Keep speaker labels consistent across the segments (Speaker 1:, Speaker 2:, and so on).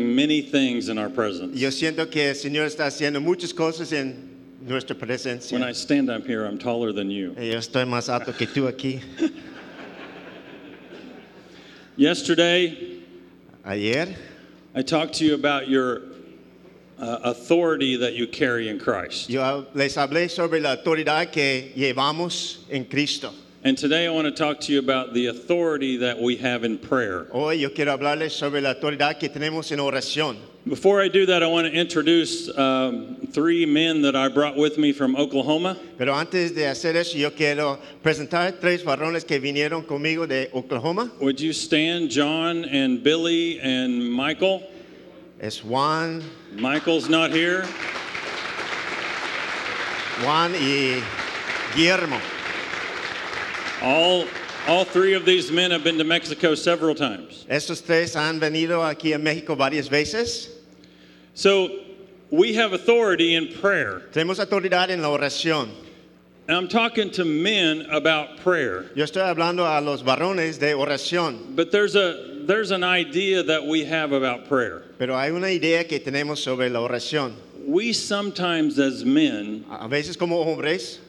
Speaker 1: many things in our presence.
Speaker 2: Yo siento que el Señor está haciendo muchas cosas en nuestra
Speaker 1: When
Speaker 2: presencia.
Speaker 1: I stand up here, I'm taller than you.
Speaker 2: Yo estoy más alto que tú aquí.
Speaker 1: Yesterday,
Speaker 2: Ayer
Speaker 1: I talked to you about your uh, authority that you carry in Christ.
Speaker 2: yo hab- les hablé sobre la autoridad que llevamos en Cristo.
Speaker 1: And today, I want to talk to you about the authority that we have in prayer.
Speaker 2: Hoy yo quiero hablarles sobre la autoridad que tenemos en oración.
Speaker 1: Before I do that, I want to introduce um, three men that I brought with me from Oklahoma.
Speaker 2: Pero antes de hacer eso, yo quiero presentar tres varones que vinieron conmigo de Oklahoma.
Speaker 1: Would you stand, John and Billy and Michael?
Speaker 2: Es Juan,
Speaker 1: Michael's not here.
Speaker 2: Juan y Guillermo.
Speaker 1: All, all three of these men have been to Mexico several times.
Speaker 2: Estos tres han venido aquí a México varias veces.
Speaker 1: So we have authority in prayer.
Speaker 2: Tenemos autoridad en la oración.
Speaker 1: And I'm talking to men about prayer.
Speaker 2: Yo estoy hablando a los varones de oración,
Speaker 1: But there's, a, there's an idea that we have about prayer.
Speaker 2: pero hay una idea que tenemos sobre la oración.
Speaker 1: We sometimes, as men,
Speaker 2: A a veces como hombres,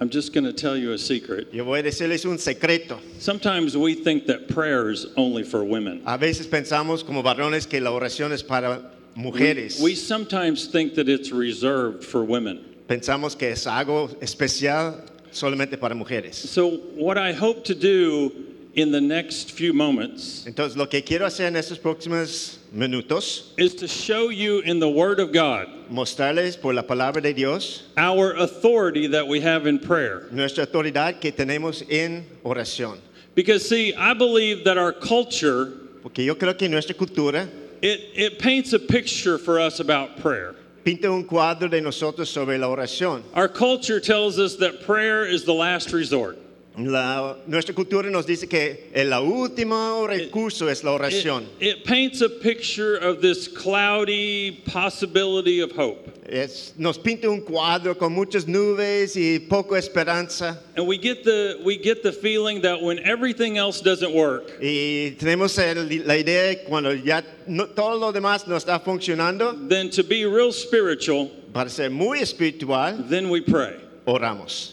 Speaker 1: I'm just going to tell you a secret.
Speaker 2: yo voy a decirles un secreto.
Speaker 1: Sometimes we think that prayer is only for women.
Speaker 2: A veces pensamos como varones que la oración es para
Speaker 1: We,
Speaker 2: mujeres.
Speaker 1: we sometimes think that it's reserved for women.
Speaker 2: Pensamos que es algo especial solamente para mujeres.
Speaker 1: So, what I hope to do in the next few moments
Speaker 2: Entonces, lo que quiero hacer en estos próximos minutos,
Speaker 1: is to show you in the Word of God
Speaker 2: mostrarles por la palabra de Dios
Speaker 1: our authority that we have in prayer.
Speaker 2: nuestra autoridad que tenemos en oración.
Speaker 1: Because, see, I believe that our culture.
Speaker 2: Porque yo creo que nuestra cultura
Speaker 1: It, it paints a picture for us about prayer.
Speaker 2: pinta un cuadro de nosotros sobre la oración.
Speaker 1: Our culture tells us that prayer is the last resort.
Speaker 2: La- nuestra cultura nos dice que el último
Speaker 1: Eh,
Speaker 2: recurso es la
Speaker 1: It,
Speaker 2: oración.
Speaker 1: it paints a picture of this cloudy possibility of hope.
Speaker 2: Es- nos pinta un cuadro con muchas nubes y poco esperanza.
Speaker 1: And we get the, we get the feeling that when everything else doesn't work,
Speaker 2: Y tenemos el- la idea de cuando ya no- todo lo demás no está funcionando,
Speaker 1: then to be real spiritual,
Speaker 2: para ser muy espiritual,
Speaker 1: then we pray.
Speaker 2: oramos.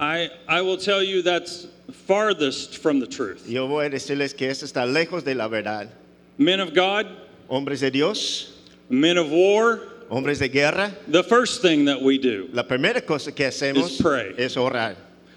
Speaker 1: I, I will tell you that's farthest from the truth.
Speaker 2: Yo voy a decirles que eso está lejos de la verdad.
Speaker 1: Men of God,
Speaker 2: Hombres de Dios,
Speaker 1: men of war,
Speaker 2: hombres de guerra,
Speaker 1: the first thing that we do,
Speaker 2: la primera cosa que hacemos
Speaker 1: Is pray.
Speaker 2: es orar.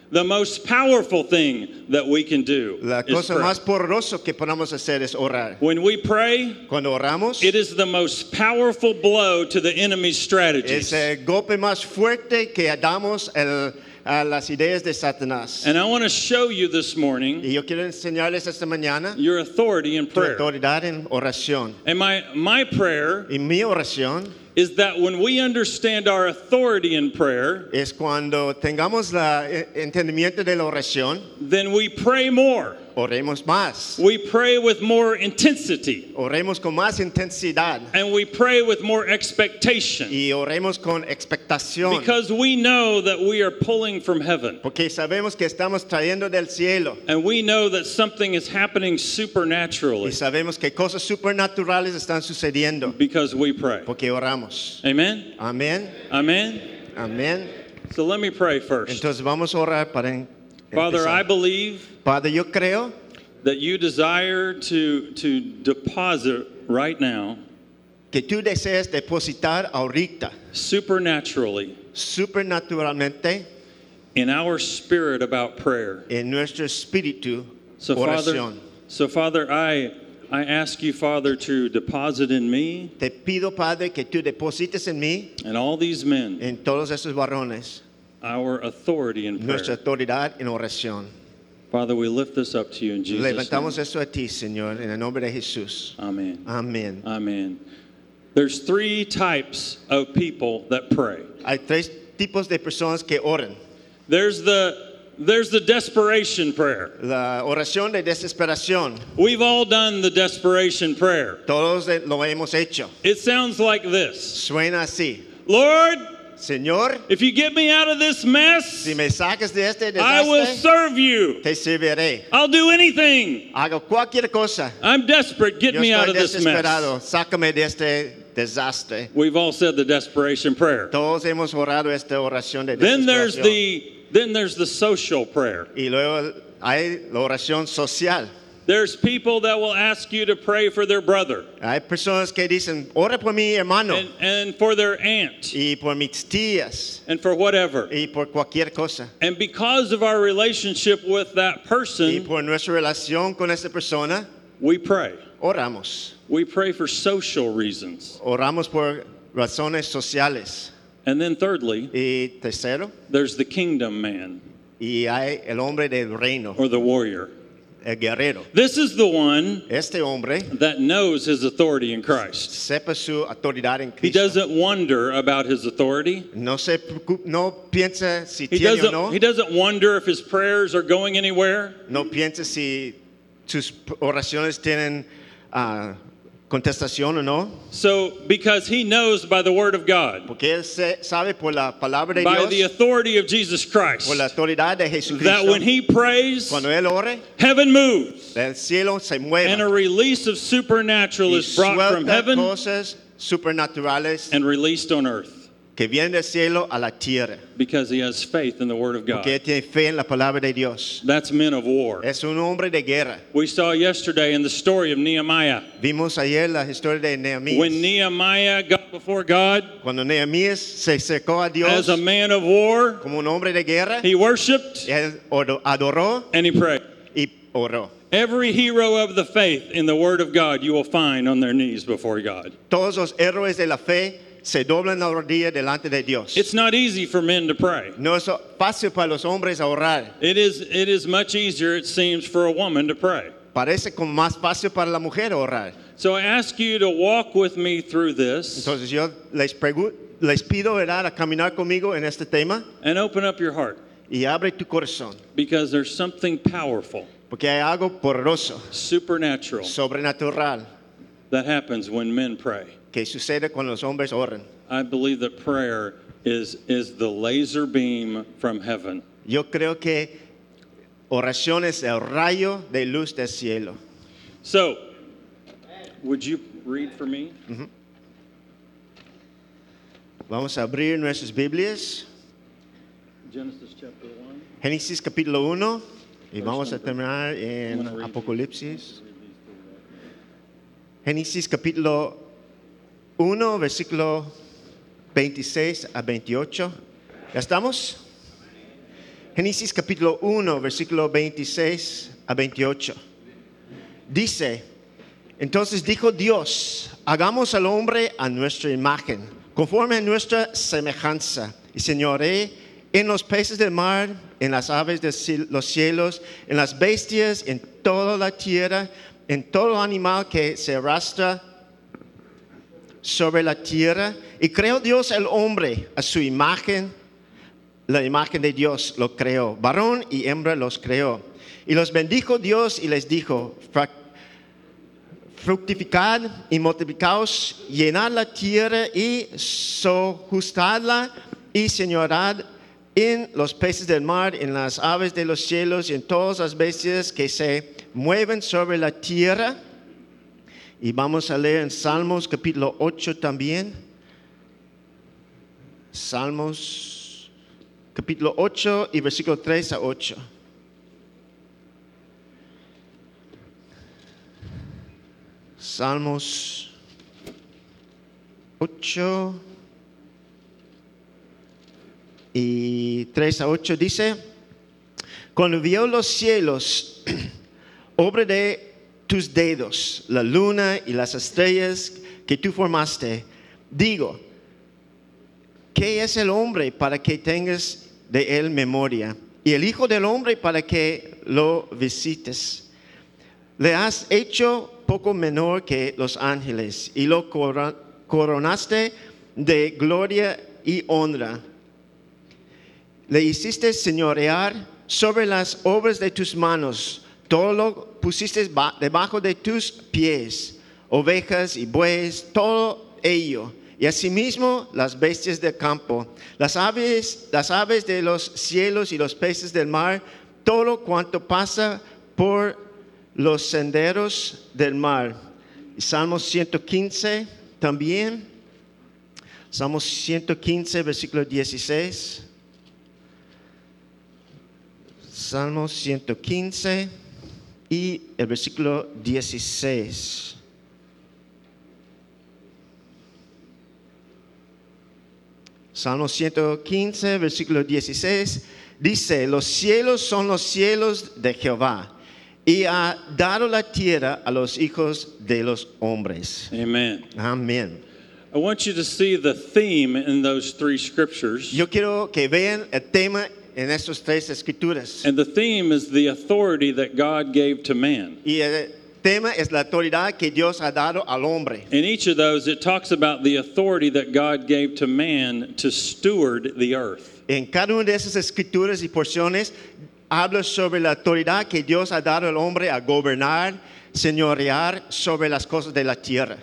Speaker 1: the most powerful thing that we can do,
Speaker 2: La
Speaker 1: is
Speaker 2: cosa
Speaker 1: pray.
Speaker 2: más poderosa que podemos hacer es orar.
Speaker 1: When we pray,
Speaker 2: Cuando oramos,
Speaker 1: it is the most powerful blow to the enemy's strategies.
Speaker 2: es el golpe más fuerte que damos al- a las ideas de Satanás.
Speaker 1: And I want to show you this morning
Speaker 2: y yo quiero enseñarles esta mañana
Speaker 1: your authority in
Speaker 2: tu
Speaker 1: prayer.
Speaker 2: autoridad en oración.
Speaker 1: And my, my prayer
Speaker 2: Y mi oración
Speaker 1: is that when we understand our authority in prayer,
Speaker 2: es cuando tengamos el entendimiento de la oración,
Speaker 1: then we pray more.
Speaker 2: oremos más,
Speaker 1: We pray with more intensity,
Speaker 2: oremos con más intensidad
Speaker 1: and we pray with more expectation
Speaker 2: y oremos con expectación.
Speaker 1: because we know that we are pulling from heaven.
Speaker 2: Porque sabemos que estamos trayendo del cielo
Speaker 1: And we know that something is happening
Speaker 2: y
Speaker 1: supernaturally
Speaker 2: sabemos que cosas supernaturales están sucediendo
Speaker 1: because we pray.
Speaker 2: porque oramos.
Speaker 1: Amen?
Speaker 2: Amén,
Speaker 1: Amen?
Speaker 2: amén.
Speaker 1: So let me pray first.
Speaker 2: Entonces vamos a orar para en-
Speaker 1: Father, I
Speaker 2: empezar.
Speaker 1: believe
Speaker 2: Padre, yo creo
Speaker 1: that you desire to, to deposit right now,
Speaker 2: que tú deseas depositar ahorita,
Speaker 1: supernaturally,
Speaker 2: supernaturalmente,
Speaker 1: in our spirit about prayer.
Speaker 2: en nuestro espíritu
Speaker 1: So, Father,
Speaker 2: oración.
Speaker 1: so Father I, I ask you, Father, to deposit in me
Speaker 2: Te pido, Padre, que tú deposites en mí,
Speaker 1: and all these men
Speaker 2: en todos esos varones,
Speaker 1: our authority in
Speaker 2: nuestra
Speaker 1: prayer.
Speaker 2: autoridad en oración.
Speaker 1: Father, we lift this up to you in Jesus' name.
Speaker 2: Levantamos eso a ti, Señor, en el nombre de Jesús.
Speaker 1: Amen.
Speaker 2: Amén.
Speaker 1: Amen. There's three types of people that pray.
Speaker 2: Hay tres tipos de personas que oran.
Speaker 1: There's the there's the desperation prayer.
Speaker 2: La oración de desesperación,
Speaker 1: We've all done the desperation prayer.
Speaker 2: todos lo hemos hecho.
Speaker 1: It sounds like this
Speaker 2: Suena así.
Speaker 1: Lord,
Speaker 2: Señor,
Speaker 1: if you get me out of this mess,
Speaker 2: si me saques de este
Speaker 1: I will
Speaker 2: desastre,
Speaker 1: serve you.
Speaker 2: te serviré.
Speaker 1: I'll do anything.
Speaker 2: Hago cualquier cosa.
Speaker 1: I'm desperate. Get
Speaker 2: Yo
Speaker 1: me out
Speaker 2: estoy
Speaker 1: of this mess.
Speaker 2: desesperado. Sácame de este desastre.
Speaker 1: We've all said the desperation prayer.
Speaker 2: Todos hemos orado esta oración de
Speaker 1: Then there's
Speaker 2: desesperación.
Speaker 1: the then there's the social prayer.
Speaker 2: Y luego hay la oración social.
Speaker 1: There's people that will ask you to pray for their brother
Speaker 2: Hay personas que dicen, ora por mi hermano
Speaker 1: and, and for their aunt
Speaker 2: y por mis tías
Speaker 1: and for whatever.
Speaker 2: y por cualquier cosa.
Speaker 1: And because of our relationship with that
Speaker 2: Y
Speaker 1: person,
Speaker 2: por nuestra relación con esa persona,
Speaker 1: we pray.
Speaker 2: oramos.
Speaker 1: We pray for social reasons.
Speaker 2: Oramos por razones sociales.
Speaker 1: And then thirdly,
Speaker 2: Y tercero,
Speaker 1: there's the kingdom man
Speaker 2: y hay el hombre del reino,
Speaker 1: or the warrior.
Speaker 2: el guerrero.
Speaker 1: This is the one
Speaker 2: Este hombre
Speaker 1: that knows his authority in Christ.
Speaker 2: sepa su autoridad en
Speaker 1: He
Speaker 2: Cristo.
Speaker 1: doesn't wonder about his authority.
Speaker 2: No se preocup- no piensa si
Speaker 1: He
Speaker 2: tiene o
Speaker 1: doesn't,
Speaker 2: no.
Speaker 1: he doesn't wonder if his prayers are going anywhere.
Speaker 2: No piensa si sus oraciones tienen ah, contestación o no.
Speaker 1: So, because he knows by the word of God,
Speaker 2: Porque él se- sabe por la palabra de
Speaker 1: by the
Speaker 2: Dios,
Speaker 1: authority of Jesus Christ,
Speaker 2: por la autoridad de
Speaker 1: that when
Speaker 2: Jesucristo,
Speaker 1: he prays,
Speaker 2: cuando él ore,
Speaker 1: heaven moves
Speaker 2: el cielo se
Speaker 1: and a
Speaker 2: mueve
Speaker 1: release of supernatural
Speaker 2: y
Speaker 1: is brought from
Speaker 2: suelta
Speaker 1: heaven
Speaker 2: cosas supernaturales
Speaker 1: and released on earth
Speaker 2: que vienen del cielo a la tierra.
Speaker 1: because he has faith in the word of
Speaker 2: Porque
Speaker 1: God.
Speaker 2: él tiene fe en la palabra de Dios.
Speaker 1: That's men of war.
Speaker 2: Es un hombre de guerra.
Speaker 1: We saw yesterday in the story of Nehemiah
Speaker 2: Vimos ayer la historia de Nehemías.
Speaker 1: when Nehemiah got before God
Speaker 2: Cuando Nehemías se acercó a Dios
Speaker 1: as a man of war,
Speaker 2: como un hombre de guerra,
Speaker 1: he worshiped
Speaker 2: él oro- adoró
Speaker 1: and he prayed.
Speaker 2: y oró.
Speaker 1: Every hero of the faith in the word of God you will find on their knees before God.
Speaker 2: Todos los héroes de la fe se doblan la rodilla delante de Dios.
Speaker 1: It's not easy for men to pray.
Speaker 2: No es fácil para los hombres orar.
Speaker 1: It is, it is much easier, it seems, for a woman to pray.
Speaker 2: Parece como más fácil para la mujer orar.
Speaker 1: So I ask you to walk with me through this
Speaker 2: Entonces yo les, pregu- les pido orar a caminar conmigo en este tema
Speaker 1: and open up your heart
Speaker 2: y abre tu corazón,
Speaker 1: because there's something powerful,
Speaker 2: porque hay algo poderoso,
Speaker 1: supernatural
Speaker 2: sobrenatural,
Speaker 1: that happens when men pray.
Speaker 2: que sucede cuando los hombres oran.
Speaker 1: I believe that prayer is, is the laser beam from heaven.
Speaker 2: Yo creo que oración es el rayo de luz del cielo.
Speaker 1: So, would you read for me?
Speaker 2: Vamos a abrir nuestras Biblias,
Speaker 1: Genesis chapter 1.
Speaker 2: Génesis capítulo 1, y vamos a
Speaker 1: number.
Speaker 2: terminar en
Speaker 1: gonna read-
Speaker 2: Apocalipsis. Génesis capítulo 1, versículo 26 a 28. ¿Ya estamos? Génesis capítulo 1, versículo 26 a 28. Dice, entonces dijo Dios, hagamos al hombre a nuestra imagen, conforme a nuestra semejanza, y señoré en los peces del mar, en las aves de ci- los cielos, en las bestias, en toda la tierra, en todo animal que se arrastra sobre la tierra. Y creó Dios el hombre a su imagen, la imagen de Dios lo creó, varón y hembra los creó. Y los bendijo Dios y les dijo, "Fra- fructificad y multiplicaos, llenad la tierra y sojuzgadla y señorad en los peces del mar, en las aves de los cielos y en todas las bestias que se mueven sobre la tierra. Y vamos a leer en Salmos capítulo 8 también. Salmos capítulo 8 y versículo 3 a 8. Salmos 8 y 3 a 8 dice, cuando vio los cielos obra de tus dedos, la luna y las estrellas que tú formaste. Digo, ¿qué es el hombre para que tengas de él memoria? Y el Hijo del Hombre para que lo visites. Le has hecho poco menor que los ángeles y lo coro- coronaste de gloria y honra. Le hiciste señorear sobre las obras de tus manos. Todo lo pusiste ba- debajo de tus pies. Ovejas y bueyes, todo ello. Y asimismo las bestias del campo, las aves, las aves de los cielos y los peces del mar, todo cuanto pasa por los senderos del mar. Y Salmos 115 también. Salmos 115, versículo 16. Salmos 115 y el versículo 16. Salmo 115, versículo 16, dice, los cielos son los cielos de Jehová y ha dado la tierra a los hijos de los hombres.
Speaker 1: Amen.
Speaker 2: Amén.
Speaker 1: I want you to see the theme in those three scriptures.
Speaker 2: Yo quiero que vean el tema en estas tres escrituras.
Speaker 1: And the theme is the authority that God gave to man.
Speaker 2: Y el tema es la autoridad que Dios ha dado al hombre.
Speaker 1: In each of those, it talks about the authority that God gave to man to steward the earth.
Speaker 2: En cada una de esas escrituras y porciones habla sobre la autoridad que Dios ha dado al hombre a gobernar, señorear sobre las cosas de la tierra.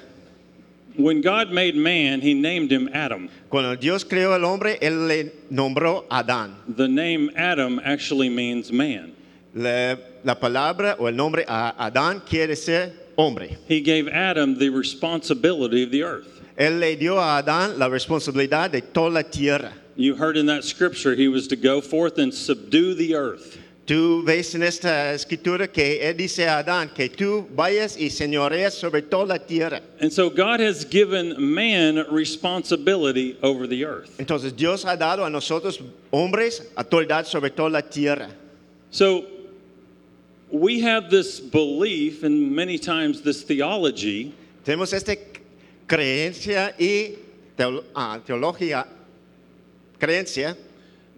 Speaker 1: When God made man, he named him Adam.
Speaker 2: Cuando Dios creó al hombre, Él le nombró Adán.
Speaker 1: The name Adam actually means man.
Speaker 2: La, la palabra o el nombre a- Adán quiere ser hombre.
Speaker 1: He gave Adam the responsibility of the earth.
Speaker 2: Él le dio a Adán la responsabilidad de toda la tierra.
Speaker 1: You heard in that scripture, he was to go forth and subdue the earth.
Speaker 2: Tú ves en esta escritura que Él dice a Adán que tú vayas y señoreas sobre toda la tierra.
Speaker 1: And so God has given man responsibility over the earth.
Speaker 2: Entonces Dios ha dado a nosotros hombres autoridad sobre toda la tierra.
Speaker 1: So we have this belief and many times this theology
Speaker 2: Tenemos esta creencia y teo- ah, teología, creencia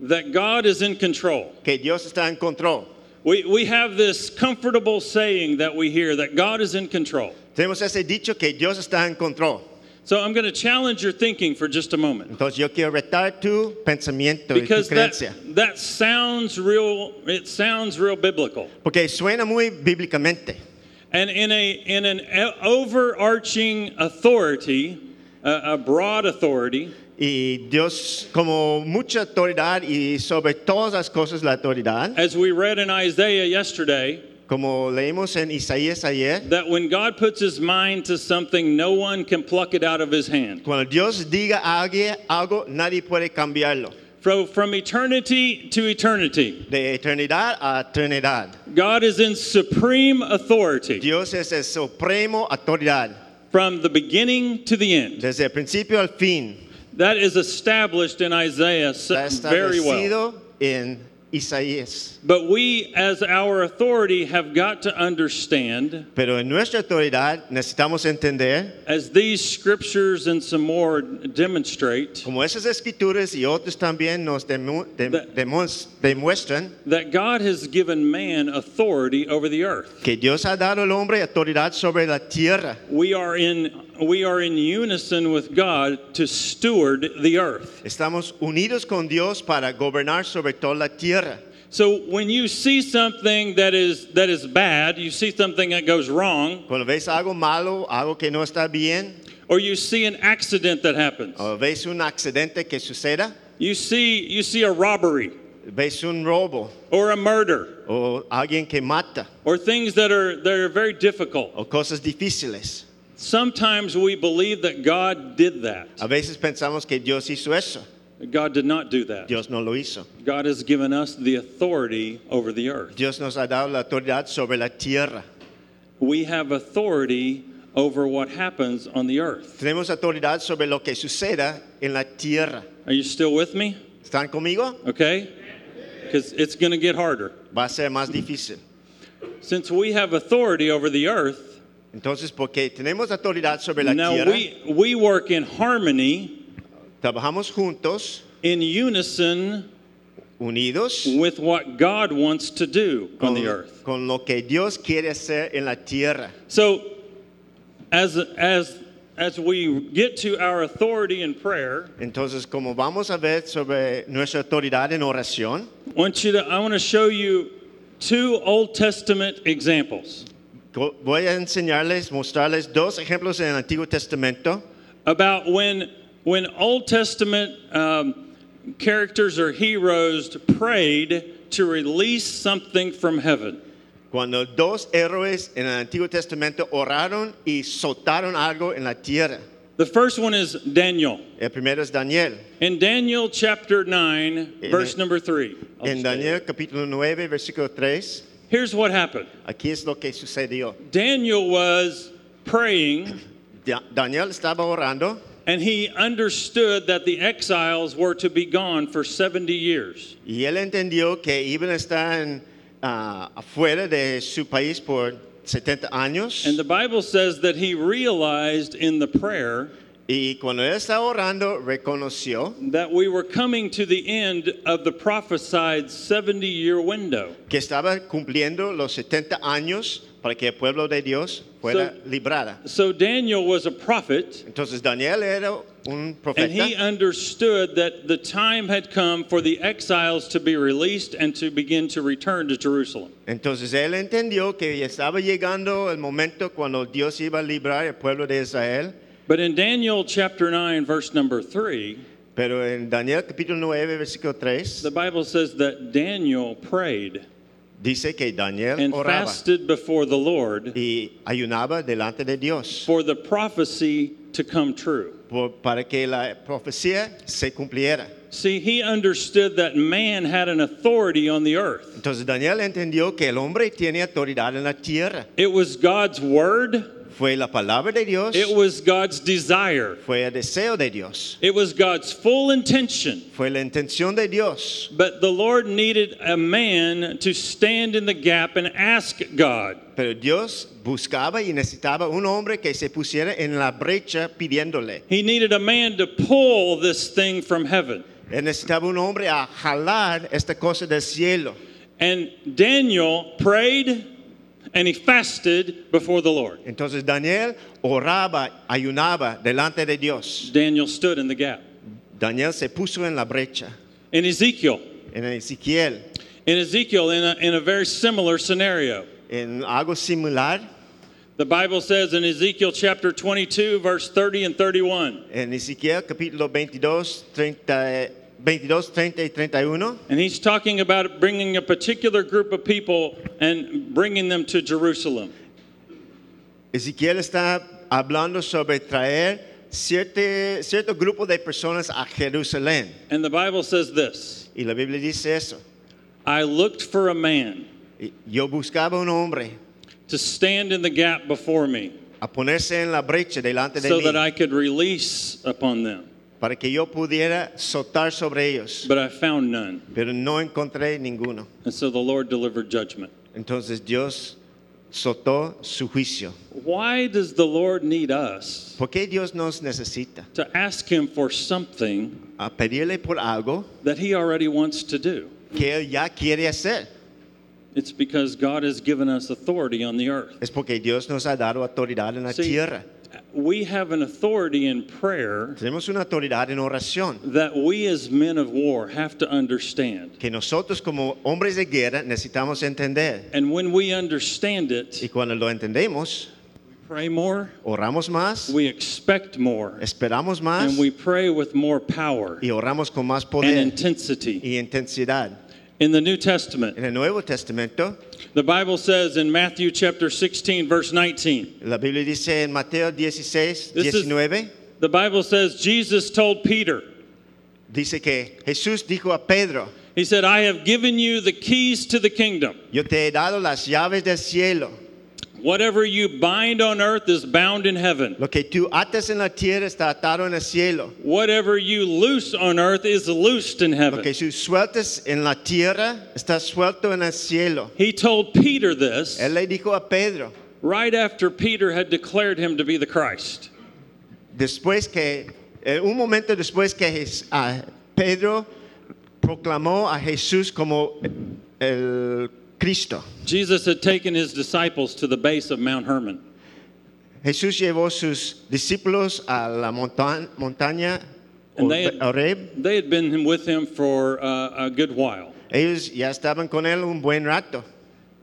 Speaker 1: that God is in control.
Speaker 2: que Dios está en control.
Speaker 1: We, we have this comfortable saying that we hear that God is in control.
Speaker 2: Tenemos ese dicho que Dios está en control.
Speaker 1: So I'm going to challenge your thinking for just a moment
Speaker 2: Entonces yo quiero retar tu pensamiento y
Speaker 1: because
Speaker 2: tu
Speaker 1: that,
Speaker 2: creencia.
Speaker 1: that sounds real it sounds real biblical.
Speaker 2: Porque suena muy bíblicamente.
Speaker 1: And in, a, in an o- overarching authority, a, a broad authority,
Speaker 2: Y Dios, como mucha autoridad y sobre todas las cosas la autoridad,
Speaker 1: as we read in Isaiah yesterday,
Speaker 2: como leímos en Isaías ayer,
Speaker 1: that when God puts his mind to something, no one can pluck it out of his hand.
Speaker 2: cuando Dios diga a alguien algo, nadie puede cambiarlo.
Speaker 1: From, from eternity to eternity,
Speaker 2: De eternidad a eternidad.
Speaker 1: God is in supreme authority
Speaker 2: Dios es el supremo autoridad,
Speaker 1: from the beginning to the end.
Speaker 2: desde el principio al fin.
Speaker 1: That is established in Isaiah s-
Speaker 2: Está
Speaker 1: very well.
Speaker 2: establecido en Isaías.
Speaker 1: But we, as our authority, have got to understand
Speaker 2: Pero en nuestra autoridad necesitamos entender,
Speaker 1: As these scriptures and some more demonstrate,
Speaker 2: como esas escrituras y otros también nos demu- de-
Speaker 1: That-
Speaker 2: demues- demuestran,
Speaker 1: that God has given man authority over the earth.
Speaker 2: que Dios ha dado al hombre autoridad sobre la tierra.
Speaker 1: We are in, we are in unison with God to steward the earth.
Speaker 2: Estamos unidos con Dios para gobernar sobre toda la tierra.
Speaker 1: So when you see something that is, that is bad, you see something that goes wrong,
Speaker 2: Cuando ves algo malo, algo que no está bien,
Speaker 1: or you see an accident that happens,
Speaker 2: o ves un accidente que suceda,
Speaker 1: you see, you see a robbery
Speaker 2: ves un robo,
Speaker 1: or a murder
Speaker 2: o alguien que mata,
Speaker 1: or things that are, that are very difficult.
Speaker 2: o cosas difíciles.
Speaker 1: Sometimes we believe that God did that.
Speaker 2: A veces pensamos que Dios hizo eso.
Speaker 1: God did not do that.
Speaker 2: Dios no lo hizo.
Speaker 1: God has given us the authority over the earth.
Speaker 2: Dios nos ha dado la autoridad sobre la tierra.
Speaker 1: We have authority over what happens on the earth.
Speaker 2: Tenemos autoridad sobre lo que suceda en la tierra.
Speaker 1: Are you still with me?
Speaker 2: ¿Están conmigo?
Speaker 1: Okay? Because it's going to get harder.
Speaker 2: Va a ser más difícil.
Speaker 1: Since we have authority over the earth,
Speaker 2: Entonces, porque tenemos autoridad sobre la
Speaker 1: now
Speaker 2: tierra,
Speaker 1: we, we work in harmony,
Speaker 2: trabajamos juntos,
Speaker 1: in unison
Speaker 2: unidos,
Speaker 1: with what God wants to do on
Speaker 2: con,
Speaker 1: the earth.
Speaker 2: con lo que Dios quiere hacer en la tierra.
Speaker 1: So, as, as, as we get to our authority in prayer,
Speaker 2: Entonces, como vamos a ver sobre nuestra autoridad en oración,
Speaker 1: I want you to I want to show you two Old Testament examples
Speaker 2: go- voy a enseñarles, mostrarles dos ejemplos en el Antiguo Testamento
Speaker 1: about when when Old Testament um, characters or heroes prayed to release something from heaven,
Speaker 2: Cuando dos héroes en el Antiguo Testamento oraron y soltaron algo en la tierra.
Speaker 1: the first one is Daniel.
Speaker 2: El primero es Daniel.
Speaker 1: In Daniel chapter 9,
Speaker 2: En-
Speaker 1: verse number 3. I'll just stay
Speaker 2: En
Speaker 1: there.
Speaker 2: Daniel capítulo 9, versículo 3,
Speaker 1: Here's what happened
Speaker 2: aquí es lo que sucedió.
Speaker 1: Daniel was praying,
Speaker 2: Da- Daniel estaba orando
Speaker 1: and he understood that the exiles were to be gone for 70 years.
Speaker 2: y él entendió que iban a estar ah, afuera de su país por 70 años.
Speaker 1: And the Bible says that he realized in the prayer
Speaker 2: Y cuando él estaba orando, reconoció
Speaker 1: that we were coming to the end of the prophesied 70 year window.
Speaker 2: que estaba cumpliendo los 70 años para que el pueblo de Dios fuera
Speaker 1: So-
Speaker 2: librada.
Speaker 1: So Daniel was a prophet,
Speaker 2: Entonces Daniel era un
Speaker 1: and he uh,
Speaker 2: profeta
Speaker 1: understood that the time had come for the exiles to be released and to begin to return to Jerusalem.
Speaker 2: Entonces él entendió que ya estaba llegando el momento cuando Dios iba a librar al pueblo de Israel.
Speaker 1: But in Daniel chapter 9, verse number 3,
Speaker 2: Pero en Daniel capítulo 9, versículo 3,
Speaker 1: the Bible says that Daniel prayed
Speaker 2: dice que Daniel
Speaker 1: and
Speaker 2: oraba
Speaker 1: fasted before the Lord
Speaker 2: y ayunaba delante de Dios
Speaker 1: for the prophecy to come true.
Speaker 2: por- para que la profecía se cumpliera.
Speaker 1: See, he understood that man had an authority on the earth.
Speaker 2: Entonces Daniel entendió que el hombre tiene autoridad en la tierra.
Speaker 1: It was God's word,
Speaker 2: Fue la palabra de Dios,
Speaker 1: it was God's desire,
Speaker 2: fue el deseo de Dios,
Speaker 1: it was God's full intention.
Speaker 2: fue la intención de Dios.
Speaker 1: But the Lord needed a man to stand in the gap and ask God.
Speaker 2: Pero Dios buscaba y necesitaba un hombre que se pusiera en la brecha pidiéndole.
Speaker 1: He needed a man to pull this thing from heaven.
Speaker 2: Él necesitaba un hombre a jalar esta cosa del cielo.
Speaker 1: And Daniel prayed and he fasted before the Lord.
Speaker 2: Entonces Daniel oraba, ayunaba delante de Dios.
Speaker 1: Daniel stood in the gap.
Speaker 2: Daniel se puso en la brecha.
Speaker 1: In Ezekiel,
Speaker 2: En Ezequiel,
Speaker 1: in Ezekiel, in a, in a very similar scenario,
Speaker 2: en algo similar,
Speaker 1: the Bible says in Ezekiel chapter 22, verse 30 and 31,
Speaker 2: en Ezequiel capítulo 22, 30, 22, 30 y 31.
Speaker 1: and he's talking about bringing a particular group of people and bringing them to Jerusalem.
Speaker 2: Ezequiel está hablando sobre traer cierte- cierto grupo de personas a Jerusalén.
Speaker 1: And the Bible says this
Speaker 2: Y la Biblia dice eso.
Speaker 1: I looked for a man
Speaker 2: Y Yo buscaba un hombre
Speaker 1: to stand in the gap before me
Speaker 2: a ponerse en la brecha delante de
Speaker 1: so
Speaker 2: mí
Speaker 1: that I could release upon them,
Speaker 2: para que yo pudiera soltar sobre ellos.
Speaker 1: but I found none.
Speaker 2: Pero no encontré ninguno.
Speaker 1: And so the Lord delivered judgment.
Speaker 2: Entonces Dios soltó su juicio.
Speaker 1: Why does the Lord need us
Speaker 2: ¿Por qué Dios nos necesita?
Speaker 1: to ask Him for something
Speaker 2: A pedirle por algo
Speaker 1: that He already wants to do?
Speaker 2: que Él ya quiere hacer.
Speaker 1: It's because God has given us authority on the earth.
Speaker 2: Es porque Dios nos ha dado autoridad en la
Speaker 1: Sí.
Speaker 2: tierra.
Speaker 1: We have an authority in prayer
Speaker 2: Tenemos una autoridad en oración
Speaker 1: that we as men of war have to understand.
Speaker 2: que nosotros como hombres de guerra necesitamos entender.
Speaker 1: And when we understand it,
Speaker 2: Y cuando lo entendemos,
Speaker 1: we pray more,
Speaker 2: oramos más,
Speaker 1: we expect more,
Speaker 2: esperamos más
Speaker 1: and we pray with more power
Speaker 2: y oramos con más
Speaker 1: and
Speaker 2: poder
Speaker 1: intensity.
Speaker 2: y intensidad.
Speaker 1: In the New Testament,
Speaker 2: En el Nuevo Testamento,
Speaker 1: the Bible says in Matthew chapter 16, verse 19,
Speaker 2: la Biblia dice en Mateo 16,
Speaker 1: This is-
Speaker 2: 19,
Speaker 1: The Bible says Jesus told Peter,
Speaker 2: dice que Jesús dijo a Pedro,
Speaker 1: He said, I have given you the keys to the kingdom.
Speaker 2: yo te he dado las llaves del cielo.
Speaker 1: Whatever you bind on earth is bound in heaven.
Speaker 2: Lo que tú atas en la tierra está atado en el cielo.
Speaker 1: Whatever you loose on earth is loosed in
Speaker 2: Lo
Speaker 1: heaven.
Speaker 2: que tú sueltas en la tierra está suelto en el cielo.
Speaker 1: He told Peter this
Speaker 2: Él le dijo a Pedro,
Speaker 1: right after Peter had declared him to be the Christ.
Speaker 2: después que, eh, un momento después que Jes- ah, Pedro proclamó a Jesús como eh, el Cristo.
Speaker 1: Jesus had taken his disciples to the base of Mount Hermon.
Speaker 2: Jesús llevó sus discípulos a la monta- montaña
Speaker 1: And they-
Speaker 2: Hor- Horeb.
Speaker 1: They had been with him for uh, a good while.
Speaker 2: Ellos ya estaban con él un buen rato.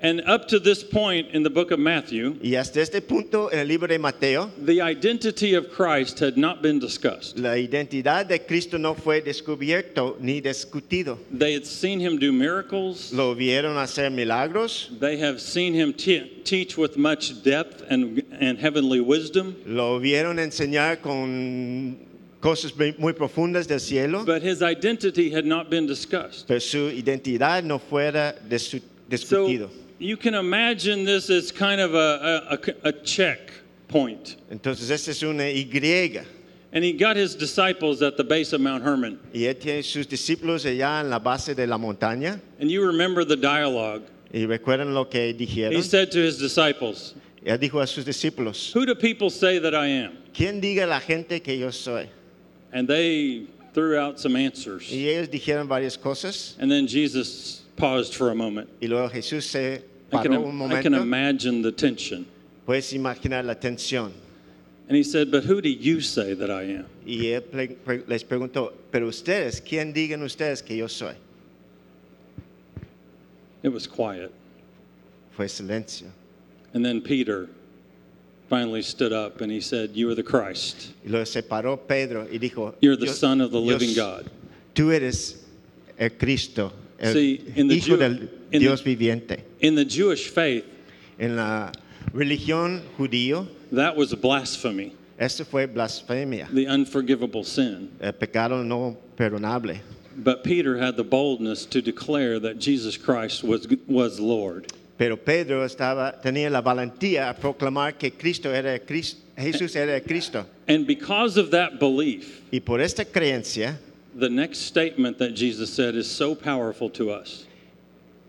Speaker 1: And up to this point in the book of Matthew,
Speaker 2: Y hasta este punto en el libro de Mateo,
Speaker 1: the identity of Christ had not been discussed.
Speaker 2: la identidad de Cristo no fue descubierto ni discutido.
Speaker 1: They had seen him do miracles,
Speaker 2: Lo vieron hacer milagros,
Speaker 1: they have seen him te- teach with much depth and, and heavenly wisdom,
Speaker 2: lo vieron enseñar con cosas muy- muy profundas del cielo,
Speaker 1: but his identity had not been discussed.
Speaker 2: pero su identidad no fuera desu- discutido.
Speaker 1: So you can imagine this as kind of a, a, a, a checkpoint.
Speaker 2: Entonces, esta es una Y.
Speaker 1: And he got his disciples at the base of Mount Hermon.
Speaker 2: Y él tiene sus discípulos allá en la base de la montaña.
Speaker 1: And you remember the dialogue.
Speaker 2: Y recuerdan lo que dijeron.
Speaker 1: He said to his disciples,
Speaker 2: Él dijo a sus discípulos,
Speaker 1: Who do people say that I am?
Speaker 2: ¿quién diga a la gente que yo soy?
Speaker 1: And they threw out some answers.
Speaker 2: Y ellos dijeron varias cosas.
Speaker 1: And then Jesus paused for a moment.
Speaker 2: Y luego Jesús se
Speaker 1: I can,
Speaker 2: paró un
Speaker 1: I can
Speaker 2: momento.
Speaker 1: imagine the tension.
Speaker 2: Puedes imaginar la tensión.
Speaker 1: And he said, But who do you say that I am?
Speaker 2: Y él pre- pre- les preguntó, pero ustedes, ¿quién digan ustedes que yo soy?
Speaker 1: It was quiet.
Speaker 2: Fue silencio.
Speaker 1: And then Peter finally stood up and he said, You are the Christ.
Speaker 2: Y luego se paró Pedro y dijo,
Speaker 1: You're the
Speaker 2: "Yo-
Speaker 1: Son of the
Speaker 2: yo-
Speaker 1: living God.
Speaker 2: Tú eres el Cristo, el
Speaker 1: See, in the
Speaker 2: Hijo
Speaker 1: Jew-
Speaker 2: del
Speaker 1: in the-
Speaker 2: Dios viviente.
Speaker 1: In the Jewish faith,
Speaker 2: En la religión judío,
Speaker 1: that was blasphemy,
Speaker 2: esto fue blasfemia,
Speaker 1: the unforgivable sin.
Speaker 2: el pecado no perdonable.
Speaker 1: But Peter had the boldness to declare that Jesus Christ was, was Lord.
Speaker 2: Pero Pedro estaba, tenía la valentía a proclamar que Cristo era el Cristo, Jesús era el Cristo.
Speaker 1: And because of that belief,
Speaker 2: Y por esta creencia,
Speaker 1: the next statement that Jesus said is so powerful to us.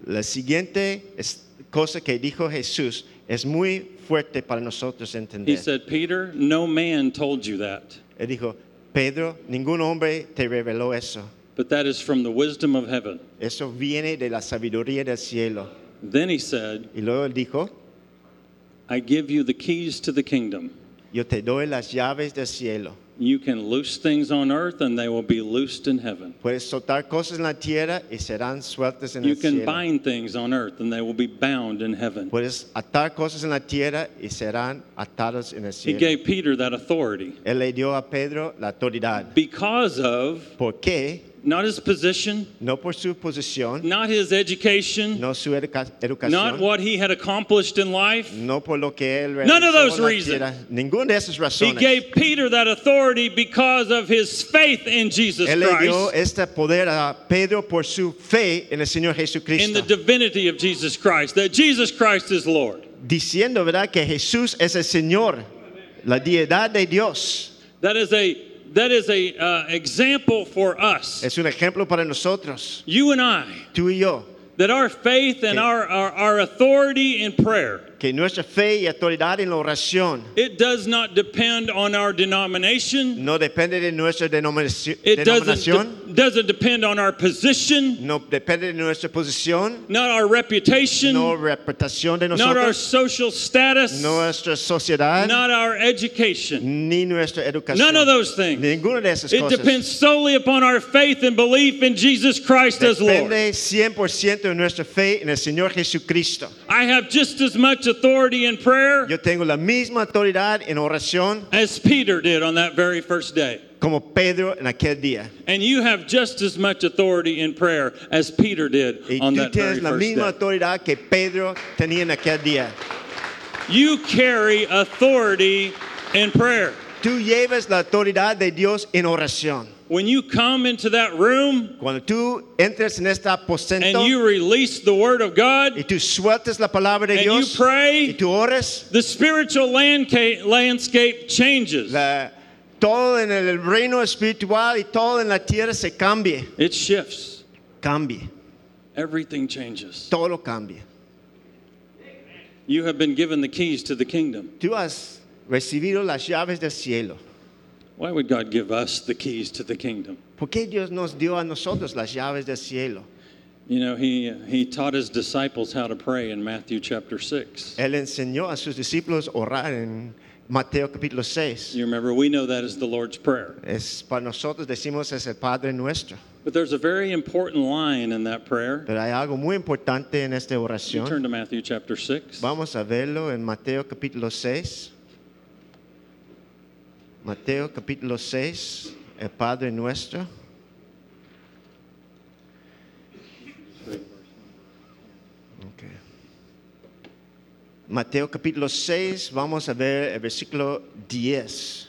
Speaker 2: la siguiente es- cosa que dijo Jesús es muy fuerte para nosotros
Speaker 1: He
Speaker 2: entender.
Speaker 1: said, Peter, no man told you that,
Speaker 2: Él dijo, Pedro, ningún hombre te reveló eso.
Speaker 1: but that is from the wisdom of heaven.
Speaker 2: Eso viene de la sabiduría del cielo.
Speaker 1: Then he said,
Speaker 2: Y luego él dijo,
Speaker 1: I give you the keys to the kingdom.
Speaker 2: yo te doy las llaves del cielo.
Speaker 1: You can loose things on earth and they will be loosed in heaven.
Speaker 2: Puedes soltar cosas en la tierra y serán sueltas en
Speaker 1: You
Speaker 2: el
Speaker 1: can
Speaker 2: cielo.
Speaker 1: bind things on earth and they will be bound in heaven.
Speaker 2: Puedes atar cosas en la tierra y serán atadas en el
Speaker 1: He
Speaker 2: cielo.
Speaker 1: gave Peter that authority
Speaker 2: Él le dio a Pedro la autoridad.
Speaker 1: because of
Speaker 2: ¿Por qué?
Speaker 1: not his position,
Speaker 2: No por su posición,
Speaker 1: not his education,
Speaker 2: no su educa-
Speaker 1: not
Speaker 2: educación,
Speaker 1: what he had accomplished in life.
Speaker 2: no por lo que él
Speaker 1: None of those
Speaker 2: realizó en la
Speaker 1: reasons.
Speaker 2: tierra. Ninguna de esas
Speaker 1: He
Speaker 2: razones.
Speaker 1: gave Peter that authority because of his faith in Jesus
Speaker 2: Él le dio
Speaker 1: Christ,
Speaker 2: este poder a Pedro por su fe en el Señor
Speaker 1: in
Speaker 2: Jesucristo,
Speaker 1: the divinity of Jesus Christ, that Jesus Christ is Lord.
Speaker 2: diciendo, ¿verdad?, que Jesús es el Señor, la deidad de Dios.
Speaker 1: That is a that is a uh, example for us,
Speaker 2: Es un ejemplo para nosotros,
Speaker 1: you and I,
Speaker 2: tú y yo,
Speaker 1: that our faith and
Speaker 2: Que-
Speaker 1: our, our our authority in prayer
Speaker 2: que nuestra fe y autoridad en la oración
Speaker 1: it does not depend on our denomination.
Speaker 2: no depende de nuestra denominaci-
Speaker 1: It doesn't
Speaker 2: denominación,
Speaker 1: de- doesn't depend on our position,
Speaker 2: no depende de nuestra posición,
Speaker 1: not our reputation,
Speaker 2: no reputación de
Speaker 1: not our
Speaker 2: nosotros,
Speaker 1: social status,
Speaker 2: nuestra sociedad,
Speaker 1: not our education.
Speaker 2: ni nuestra educación.
Speaker 1: None of those things.
Speaker 2: Ninguna de esas
Speaker 1: It
Speaker 2: cosas.
Speaker 1: depends solely upon our faith and belief in Jesus Christ as Lord.
Speaker 2: Depende 100% de nuestra fe en el Señor Jesucristo.
Speaker 1: I have just as much authority in prayer
Speaker 2: Yo tengo la misma autoridad en oración
Speaker 1: as Peter did on that very first day.
Speaker 2: como Pedro en aquel día.
Speaker 1: And you have just as much authority in prayer as Peter
Speaker 2: Y
Speaker 1: did on
Speaker 2: tú
Speaker 1: that very
Speaker 2: tienes la
Speaker 1: first
Speaker 2: misma
Speaker 1: day.
Speaker 2: autoridad que Pedro tenía en aquel día.
Speaker 1: You carry authority in prayer.
Speaker 2: Tú llevas la autoridad de Dios en oración.
Speaker 1: When you come into that room
Speaker 2: Cuando tú entras en este
Speaker 1: and
Speaker 2: aposento
Speaker 1: you release the word of
Speaker 2: y
Speaker 1: God
Speaker 2: tú sueltas la palabra de
Speaker 1: and you
Speaker 2: Dios y
Speaker 1: pray,
Speaker 2: tú oras,
Speaker 1: the spiritual landca- landscape changes.
Speaker 2: la- todo en el reino espiritual y todo en la tierra se cambie.
Speaker 1: It shifts.
Speaker 2: Cambie.
Speaker 1: Everything changes.
Speaker 2: Todo cambia.
Speaker 1: You have been given the keys to the kingdom.
Speaker 2: Tú has recibido las llaves del cielo.
Speaker 1: Why would God give us the keys to the kingdom?
Speaker 2: ¿Por qué Dios nos dio a nosotros las llaves del cielo?
Speaker 1: You know, he, he taught his disciples how to pray in Matthew chapter 6.
Speaker 2: Él enseñó a sus discípulos a orar en Mateo capítulo 6.
Speaker 1: You remember, we know that is the Lord's Prayer.
Speaker 2: Es para nosotros decimos es el Padre nuestro.
Speaker 1: But there's a very important line in that prayer.
Speaker 2: Pero hay algo muy importante en esta
Speaker 1: You turn
Speaker 2: oración.
Speaker 1: to Matthew chapter 6.
Speaker 2: Vamos a verlo en Mateo capítulo 6. Mateo capítulo 6, el Padre nuestro. Ok. Mateo capítulo 6, vamos a ver el versículo 10.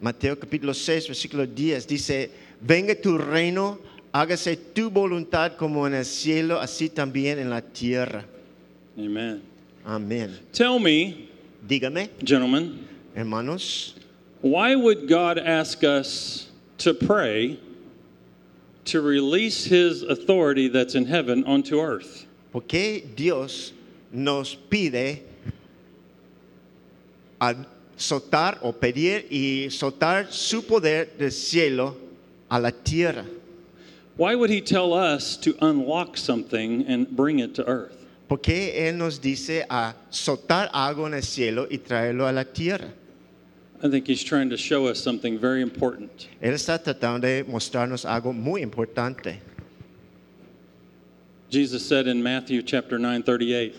Speaker 2: Mateo capítulo 6, versículo 10 dice, venga tu reino, hágase tu voluntad como en el cielo, así también en la tierra.
Speaker 1: Amen.
Speaker 2: Amén.
Speaker 1: Tell me,
Speaker 2: Dígame,
Speaker 1: gentlemen,
Speaker 2: hermanos,
Speaker 1: why would God ask us to pray to release his authority that's in heaven onto earth?
Speaker 2: ¿por qué Dios nos pide a soltar o pedir y soltar su poder del cielo a la tierra?
Speaker 1: Why would he tell us to unlock something and bring it to earth?
Speaker 2: ¿Por qué Él nos dice a soltar algo en el cielo y traerlo a la tierra?
Speaker 1: I think he's trying to show us something very important.
Speaker 2: Él está tratando de mostrarnos algo muy importante.
Speaker 1: Jesus said in Matthew chapter 9:38.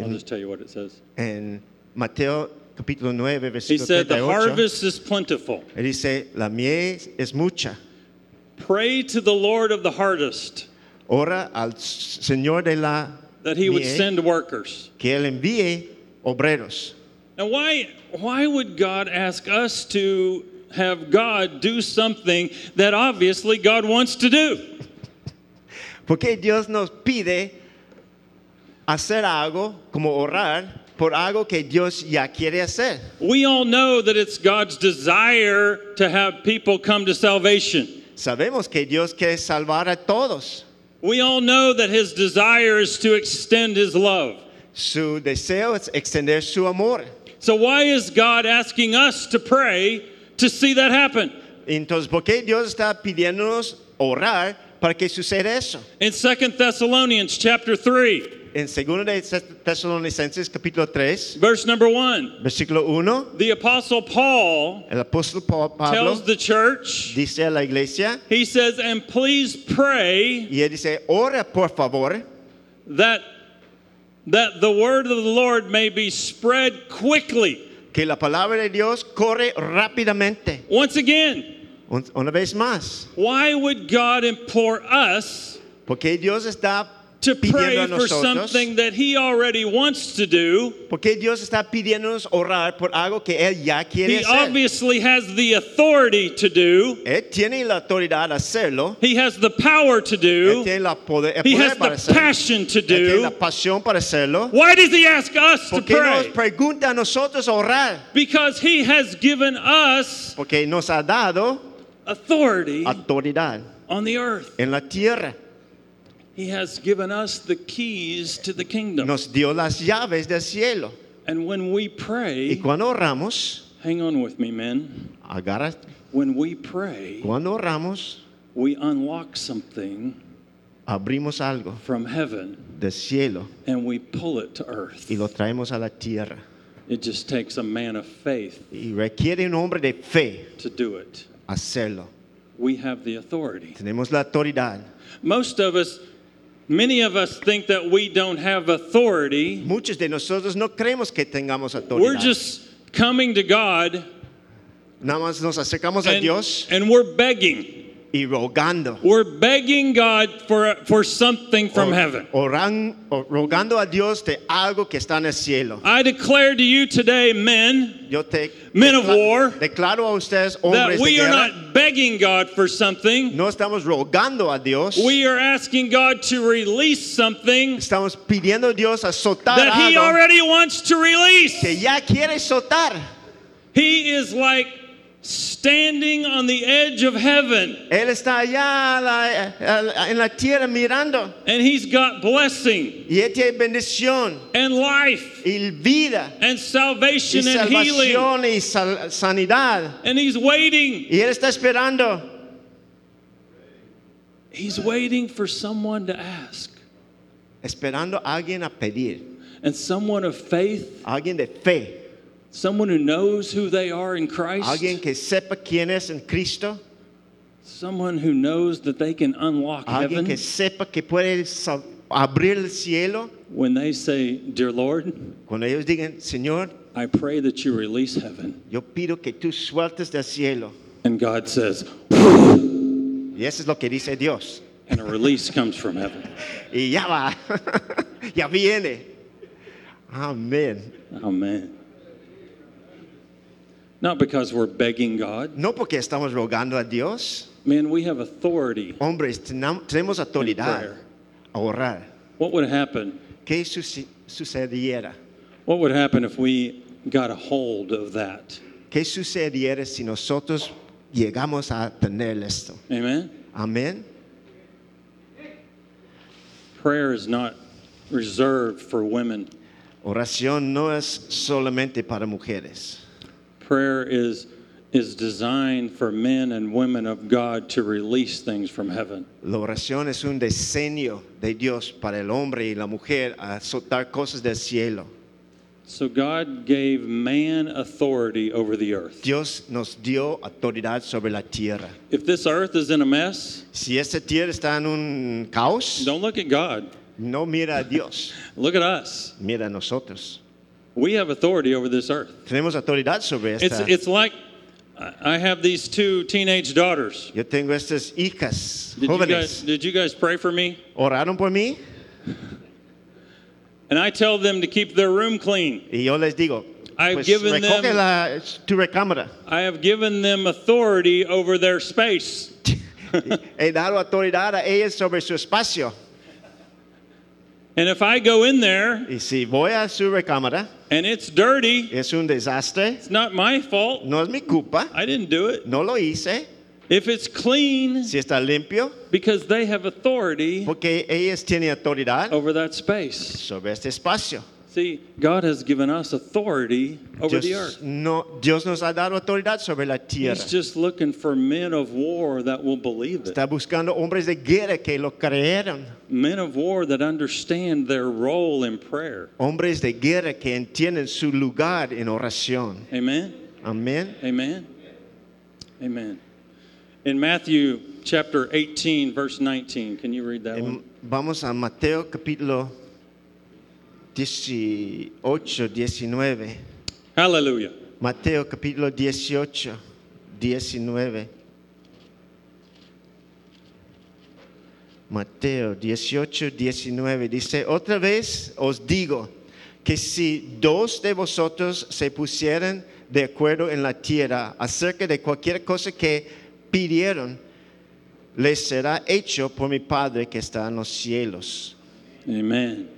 Speaker 1: I'll just tell you what it says.
Speaker 2: En Mateo capítulo 9,
Speaker 1: He
Speaker 2: versículo
Speaker 1: said, "The
Speaker 2: 38,
Speaker 1: harvest is plentiful.
Speaker 2: Él dice, la mies es mucha.
Speaker 1: Pray to the Lord of the harvest
Speaker 2: Ora al Señor de la
Speaker 1: that he would
Speaker 2: mies
Speaker 1: send workers."
Speaker 2: que Él envíe obreros.
Speaker 1: Now why why would God ask us to have God do something that obviously God wants to do?
Speaker 2: ¿Por qué Dios nos pide hacer algo como orar por algo que Dios ya quiere hacer?
Speaker 1: We all know that it's God's desire to have people come to salvation.
Speaker 2: Sabemos que Dios quiere salvar a todos.
Speaker 1: We all know that his desire is to extend his love.
Speaker 2: Su deseo es extender su amor.
Speaker 1: So, why is God asking us to pray to see that happen?
Speaker 2: Entonces, ¿por qué Dios está pidiéndonos orar para que suceda eso?
Speaker 1: In 2 Thessalonians chapter 3,
Speaker 2: En 2 de Tesalonicenses capítulo 3,
Speaker 1: verse number 1,
Speaker 2: versículo 1,
Speaker 1: the apostle Paul
Speaker 2: el apóstol Pa- Pablo
Speaker 1: tells the church,
Speaker 2: dice a la iglesia,
Speaker 1: he says, "And please pray
Speaker 2: y él dice, ora por favor,
Speaker 1: that that the word of the Lord may be spread quickly."
Speaker 2: que la palabra de Dios corre rápidamente.
Speaker 1: Once again,
Speaker 2: Un- Una vez más,
Speaker 1: why would God implore us
Speaker 2: porque Dios está
Speaker 1: to
Speaker 2: pidiendo
Speaker 1: pray
Speaker 2: a
Speaker 1: for
Speaker 2: nosotros,
Speaker 1: something that he already wants to do?
Speaker 2: porque Dios está pidiéndonos orar por algo que Él ya quiere
Speaker 1: He
Speaker 2: hacer.
Speaker 1: obviously has the authority to do.
Speaker 2: Él tiene la autoridad de hacerlo,
Speaker 1: He has the power to
Speaker 2: Él
Speaker 1: do.
Speaker 2: tiene la poder, el
Speaker 1: He
Speaker 2: poder
Speaker 1: has the
Speaker 2: para hacerlo,
Speaker 1: passion to
Speaker 2: Él tiene
Speaker 1: do.
Speaker 2: la pasión para hacerlo.
Speaker 1: Why does he ask us to
Speaker 2: ¿Por qué nos
Speaker 1: pray?
Speaker 2: pregunta a nosotros orar?
Speaker 1: Because he has given us
Speaker 2: Porque nos ha dado
Speaker 1: authority
Speaker 2: autoridad
Speaker 1: on the earth.
Speaker 2: en la tierra.
Speaker 1: He has given us the keys to the kingdom.
Speaker 2: Nos dio las llaves del cielo.
Speaker 1: And when we
Speaker 2: Y
Speaker 1: pray,
Speaker 2: cuando oramos,
Speaker 1: hang on with me, men.
Speaker 2: agarra,
Speaker 1: When we pray,
Speaker 2: cuando oramos,
Speaker 1: we unlock something
Speaker 2: abrimos algo
Speaker 1: from heaven
Speaker 2: del cielo
Speaker 1: and we pull it to earth.
Speaker 2: y lo traemos a la tierra.
Speaker 1: It just takes a man of faith
Speaker 2: Y requiere un hombre de fe
Speaker 1: to do it.
Speaker 2: hacerlo.
Speaker 1: We have the authority.
Speaker 2: Tenemos la autoridad.
Speaker 1: Most of us, many of us think that we don't have authority.
Speaker 2: Muchos de nosotros no creemos que tengamos autoridad.
Speaker 1: We're just coming to God
Speaker 2: Nada más nos acercamos a
Speaker 1: and,
Speaker 2: Dios
Speaker 1: and we're begging.
Speaker 2: y rogando.
Speaker 1: We're begging God for, for something from
Speaker 2: O-
Speaker 1: heaven.
Speaker 2: oran- o- rogando a Dios de algo que está en el cielo.
Speaker 1: I declare to you today, men,
Speaker 2: Yo te
Speaker 1: Men of
Speaker 2: decla-
Speaker 1: war,
Speaker 2: declaro a ustedes
Speaker 1: that
Speaker 2: hombres de
Speaker 1: we are
Speaker 2: guerra.
Speaker 1: not begging God for something.
Speaker 2: no estamos rogando a Dios.
Speaker 1: We are asking God to release something
Speaker 2: estamos pidiendo a Dios a soltar
Speaker 1: that He
Speaker 2: algo
Speaker 1: already wants to
Speaker 2: que
Speaker 1: release.
Speaker 2: ya quiere soltar.
Speaker 1: He is like standing on the edge of heaven.
Speaker 2: Él está allá a la- a la- en la tierra mirando.
Speaker 1: and he's got blessing
Speaker 2: Y Él tiene bendición
Speaker 1: and life
Speaker 2: y vida
Speaker 1: and
Speaker 2: y
Speaker 1: salvation and healing
Speaker 2: salvación y sal- sanidad.
Speaker 1: and he's waiting
Speaker 2: Y Él está esperando.
Speaker 1: he's waiting for someone to ask
Speaker 2: Esperando a alguien a pedir.
Speaker 1: And someone of faith,
Speaker 2: alguien de fe,
Speaker 1: someone who knows who they are in Christ,
Speaker 2: alguien que sepa quién es en Cristo,
Speaker 1: someone who knows that they can unlock
Speaker 2: alguien
Speaker 1: heaven
Speaker 2: que sepa que puede sal- abrir el cielo.
Speaker 1: when they say, Dear Lord,
Speaker 2: Cuando ellos digan, Señor,
Speaker 1: I pray that you release heaven.
Speaker 2: yo pido que tú sueltes del cielo.
Speaker 1: And God says,
Speaker 2: Y eso es lo que dice Dios.
Speaker 1: and a release comes from heaven.
Speaker 2: Y ya va, ya viene. Amén.
Speaker 1: Amen. Not because we're begging God.
Speaker 2: No porque estamos rogando a Dios.
Speaker 1: Man, we have authority
Speaker 2: Hombres, tenam- tenemos
Speaker 1: in
Speaker 2: autoridad
Speaker 1: prayer.
Speaker 2: a orar.
Speaker 1: What would happen?
Speaker 2: ¿Qué suci- sucediera?
Speaker 1: What would happen if we got a hold of that?
Speaker 2: ¿Qué sucediera si nosotros llegamos a tener esto?
Speaker 1: Amen?
Speaker 2: Amén.
Speaker 1: Prayer is not reserved for women.
Speaker 2: Oración no es solamente para mujeres.
Speaker 1: Prayer is is designed for men and women of God to release things from heaven.
Speaker 2: La oración es un diseño de Dios para el hombre y la mujer a soltar cosas del cielo.
Speaker 1: So God gave man authority over the earth.
Speaker 2: Dios nos dio autoridad sobre la tierra.
Speaker 1: If this earth is in a mess,
Speaker 2: Si esta tierra está en un caos,
Speaker 1: don't look at God.
Speaker 2: no mira a Dios,
Speaker 1: Look at us.
Speaker 2: mira a nosotros.
Speaker 1: We have authority over this earth.
Speaker 2: Tenemos autoridad sobre
Speaker 1: It's
Speaker 2: esta.
Speaker 1: it's like I I have these two teenage daughters.
Speaker 2: Yo tengo estas hijas
Speaker 1: Did you guys
Speaker 2: jóvenes.
Speaker 1: did you guys pray for me?
Speaker 2: Oraron por mí
Speaker 1: And I tell them to keep their room clean.
Speaker 2: y yo les digo,
Speaker 1: I've
Speaker 2: pues
Speaker 1: given them-
Speaker 2: recoge la- tu recámara.
Speaker 1: I have given them authority over their space.
Speaker 2: He dado autoridad a ellas sobre su espacio.
Speaker 1: And if I go in there
Speaker 2: Y si voy a su recámara,
Speaker 1: and it's dirty,
Speaker 2: es un desastre.
Speaker 1: it's not my fault.
Speaker 2: No es mi culpa.
Speaker 1: I didn't do it.
Speaker 2: No lo hice.
Speaker 1: If it's clean,
Speaker 2: Si está limpio,
Speaker 1: because they have authority
Speaker 2: porque ellas tienen autoridad
Speaker 1: over that space.
Speaker 2: sobre este espacio.
Speaker 1: See, God has given us authority over the
Speaker 2: Dios,
Speaker 1: earth.
Speaker 2: no, Dios nos ha dado autoridad sobre la tierra.
Speaker 1: He's just looking for men of war that will believe it.
Speaker 2: Está buscando hombres de guerra que lo creeran.
Speaker 1: Men of war that understand their role in prayer.
Speaker 2: Hombres de guerra que entienden su lugar en oración.
Speaker 1: Amen.
Speaker 2: Amén.
Speaker 1: Amen. Amen. In Matthew chapter 18, verse 19, can you read that
Speaker 2: En-
Speaker 1: one?
Speaker 2: vamos a Mateo capítulo 18, 19.
Speaker 1: Hallelujah.
Speaker 2: Mateo capítulo 18, 19. Mateo 18, 19 dice, otra vez os digo que si dos de vosotros se pusieran de acuerdo en la tierra acerca de cualquier cosa que pidieron, les será hecho por mi Padre que está en los cielos.
Speaker 1: Amen.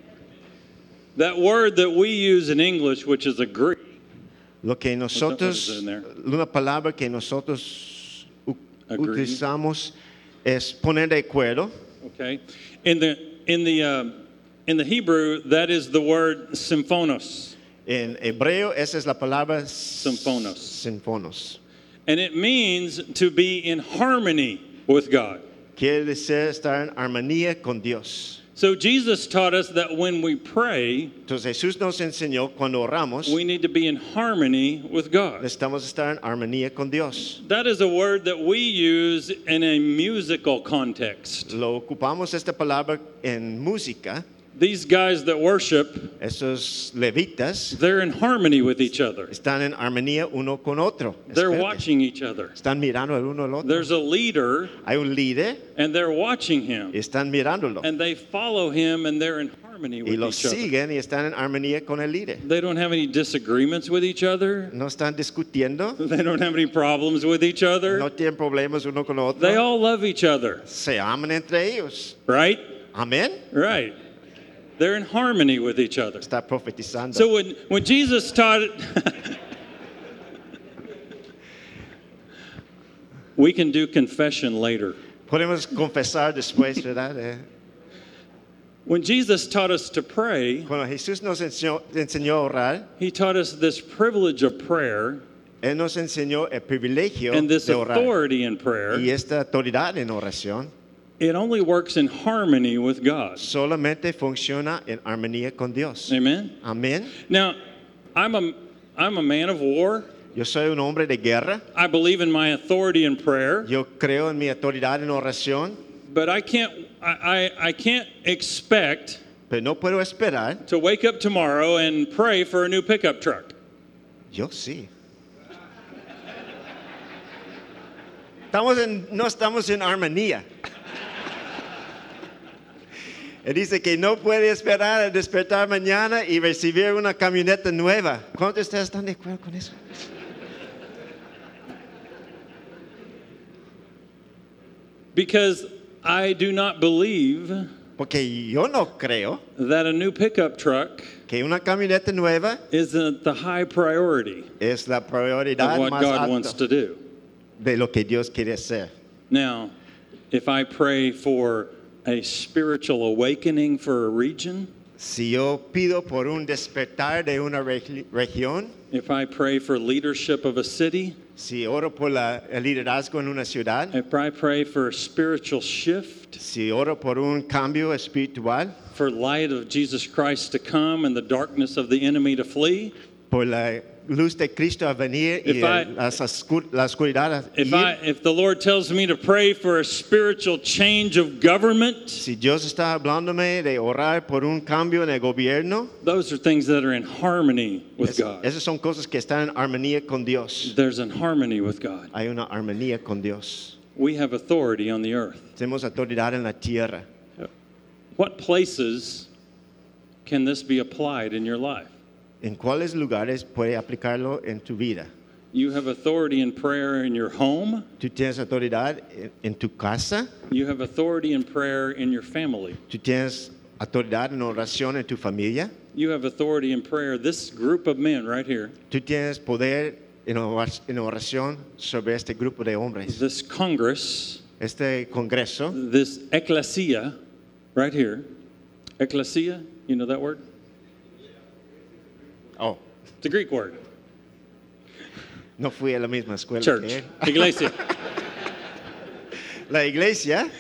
Speaker 1: That word that we use in English, which is agree,
Speaker 2: Lo que
Speaker 1: What's
Speaker 2: nosotros,
Speaker 1: in there?
Speaker 2: una palabra que nosotros u-
Speaker 1: Agree.
Speaker 2: utilizamos es poner de acuerdo.
Speaker 1: okay? In the in the um, in the Hebrew, that is the word symphonos,
Speaker 2: En hebreo esa es la palabra
Speaker 1: Sinfonos.
Speaker 2: sinfonos.
Speaker 1: and it means to be in harmony with God.
Speaker 2: Quiere decir estar en armonía con Dios.
Speaker 1: So Jesus taught us that when we pray,
Speaker 2: Entonces Jesús nos enseñó cuando oramos,
Speaker 1: we need to be in harmony with God.
Speaker 2: necesitamos estar en armonía con Dios.
Speaker 1: That is a word that we use in a musical context.
Speaker 2: Lo ocupamos esta palabra en música.
Speaker 1: These guys that worship,
Speaker 2: Esos levitas
Speaker 1: they're in harmony with each other.
Speaker 2: están en armonía uno con otro.
Speaker 1: They're
Speaker 2: Espero que-
Speaker 1: watching each other.
Speaker 2: Están mirando el uno al otro.
Speaker 1: There's a leader
Speaker 2: Hay un líder
Speaker 1: and they're watching
Speaker 2: y
Speaker 1: him
Speaker 2: están mirándolo.
Speaker 1: and they follow him and they're in harmony
Speaker 2: Y
Speaker 1: with
Speaker 2: lo
Speaker 1: each other.
Speaker 2: siguen y están en armonía con el líder.
Speaker 1: They don't have any disagreements with each other.
Speaker 2: No están discutiendo,
Speaker 1: They don't have any problems with each other.
Speaker 2: no tienen problemas uno con otro.
Speaker 1: They all love each other,
Speaker 2: se aman entre ellos.
Speaker 1: right?
Speaker 2: Amén.
Speaker 1: Right. They're in harmony with each other.
Speaker 2: Está profetizando.
Speaker 1: So when, when Jesus taught it, we can do confession later.
Speaker 2: Podemos confesar después, ¿verdad? Eh,
Speaker 1: When Jesus taught us to pray,
Speaker 2: Cuando Jesús nos enseñó, enseñó a orar,
Speaker 1: he taught us this privilege of prayer
Speaker 2: Él nos enseñó el privilegio
Speaker 1: and this
Speaker 2: de orar
Speaker 1: authority in prayer.
Speaker 2: y esta autoridad en oración.
Speaker 1: it only works in harmony with God.
Speaker 2: solamente funciona en armonía con Dios.
Speaker 1: Amen.
Speaker 2: Amén.
Speaker 1: Now, I'm a I'm a man of war.
Speaker 2: Yo soy un hombre de guerra.
Speaker 1: I believe in my authority in prayer,
Speaker 2: Yo creo en mi autoridad en oración,
Speaker 1: but I can't I, I, I can't expect
Speaker 2: pero no puedo esperar.
Speaker 1: to wake up tomorrow and pray for a new pickup truck.
Speaker 2: Yo sí. Estamos en, no estamos en armonía. Él dice que no puede esperar a despertar mañana y recibir una camioneta nueva. ¿Cuántos de ustedes están de acuerdo con eso?
Speaker 1: Because I do not believe
Speaker 2: Porque yo no creo
Speaker 1: that a new pickup truck
Speaker 2: que una camioneta nueva
Speaker 1: isn't the high priority
Speaker 2: es la prioridad
Speaker 1: of what
Speaker 2: más
Speaker 1: God wants
Speaker 2: alta
Speaker 1: to do.
Speaker 2: de lo que Dios quiere hacer.
Speaker 1: Now, if I pray for a spiritual awakening for a region,
Speaker 2: Si yo pido por un despertar de una regi- región,
Speaker 1: if I pray for leadership of a city,
Speaker 2: si oro por la- el liderazgo en una ciudad,
Speaker 1: if I pray for a spiritual shift,
Speaker 2: si oro por un cambio espiritual,
Speaker 1: for light of Jesus Christ to come and the darkness of the enemy to flee,
Speaker 2: por la luz de Cristo a venir y
Speaker 1: If
Speaker 2: el-
Speaker 1: I-
Speaker 2: las oscu- la oscuridad a
Speaker 1: if
Speaker 2: ir,
Speaker 1: I if the Lord tells me to pray for a spiritual change of government,
Speaker 2: si Dios está hablándome de orar por un cambio en el gobierno,
Speaker 1: those are things that are in harmony with
Speaker 2: es-
Speaker 1: God.
Speaker 2: esas son cosas que están en armonía con Dios.
Speaker 1: There's an harmony with God.
Speaker 2: Hay una armonía con Dios.
Speaker 1: We have authority on the earth.
Speaker 2: Tenemos autoridad en la tierra.
Speaker 1: What places can this be applied in your life?
Speaker 2: ¿En cuáles lugares puede aplicarlo en tu vida?
Speaker 1: You have authority in prayer in your home.
Speaker 2: Tú tienes autoridad en- en tu casa,
Speaker 1: You have authority in prayer in your family.
Speaker 2: tú tienes autoridad en oración en tu familia,
Speaker 1: You have authority in prayer. This group of men right here,
Speaker 2: tú tienes poder en oras- en oración sobre este grupo de hombres.
Speaker 1: this Congress,
Speaker 2: Este congreso,
Speaker 1: this ecclesia right here. Ecclesia, you know that word?
Speaker 2: oh,
Speaker 1: It's a Greek word.
Speaker 2: no fui a la misma escuela que
Speaker 1: Church.
Speaker 2: él.
Speaker 1: Iglesia.
Speaker 2: La iglesia,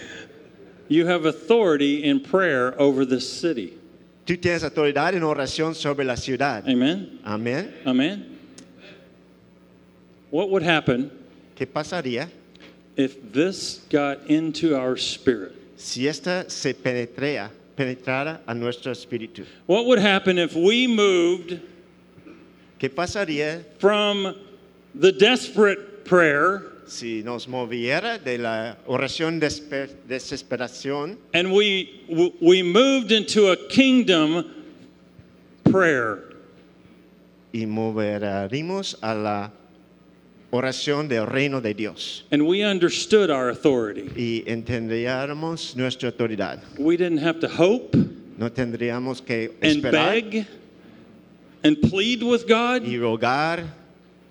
Speaker 1: You have authority in prayer over this city.
Speaker 2: tú tienes autoridad en oración sobre la ciudad.
Speaker 1: Amen.
Speaker 2: Amén.
Speaker 1: Amen. What would happen
Speaker 2: ¿Qué pasaría
Speaker 1: if this got into our spirit?
Speaker 2: si esta se penetra, penetrara a nuestro espíritu?
Speaker 1: What would happen if we moved
Speaker 2: ¿Qué pasaría
Speaker 1: from the desperate prayer
Speaker 2: si nos moviera de la oración desper- desesperación
Speaker 1: and we w- we moved into a kingdom prayer?
Speaker 2: y moveríamos a la oración del reino de Dios
Speaker 1: And we understood our authority.
Speaker 2: y entenderíamos nuestra autoridad.
Speaker 1: We didn't have to hope and
Speaker 2: No tendríamos que esperar
Speaker 1: beg and plead with God.
Speaker 2: y rogar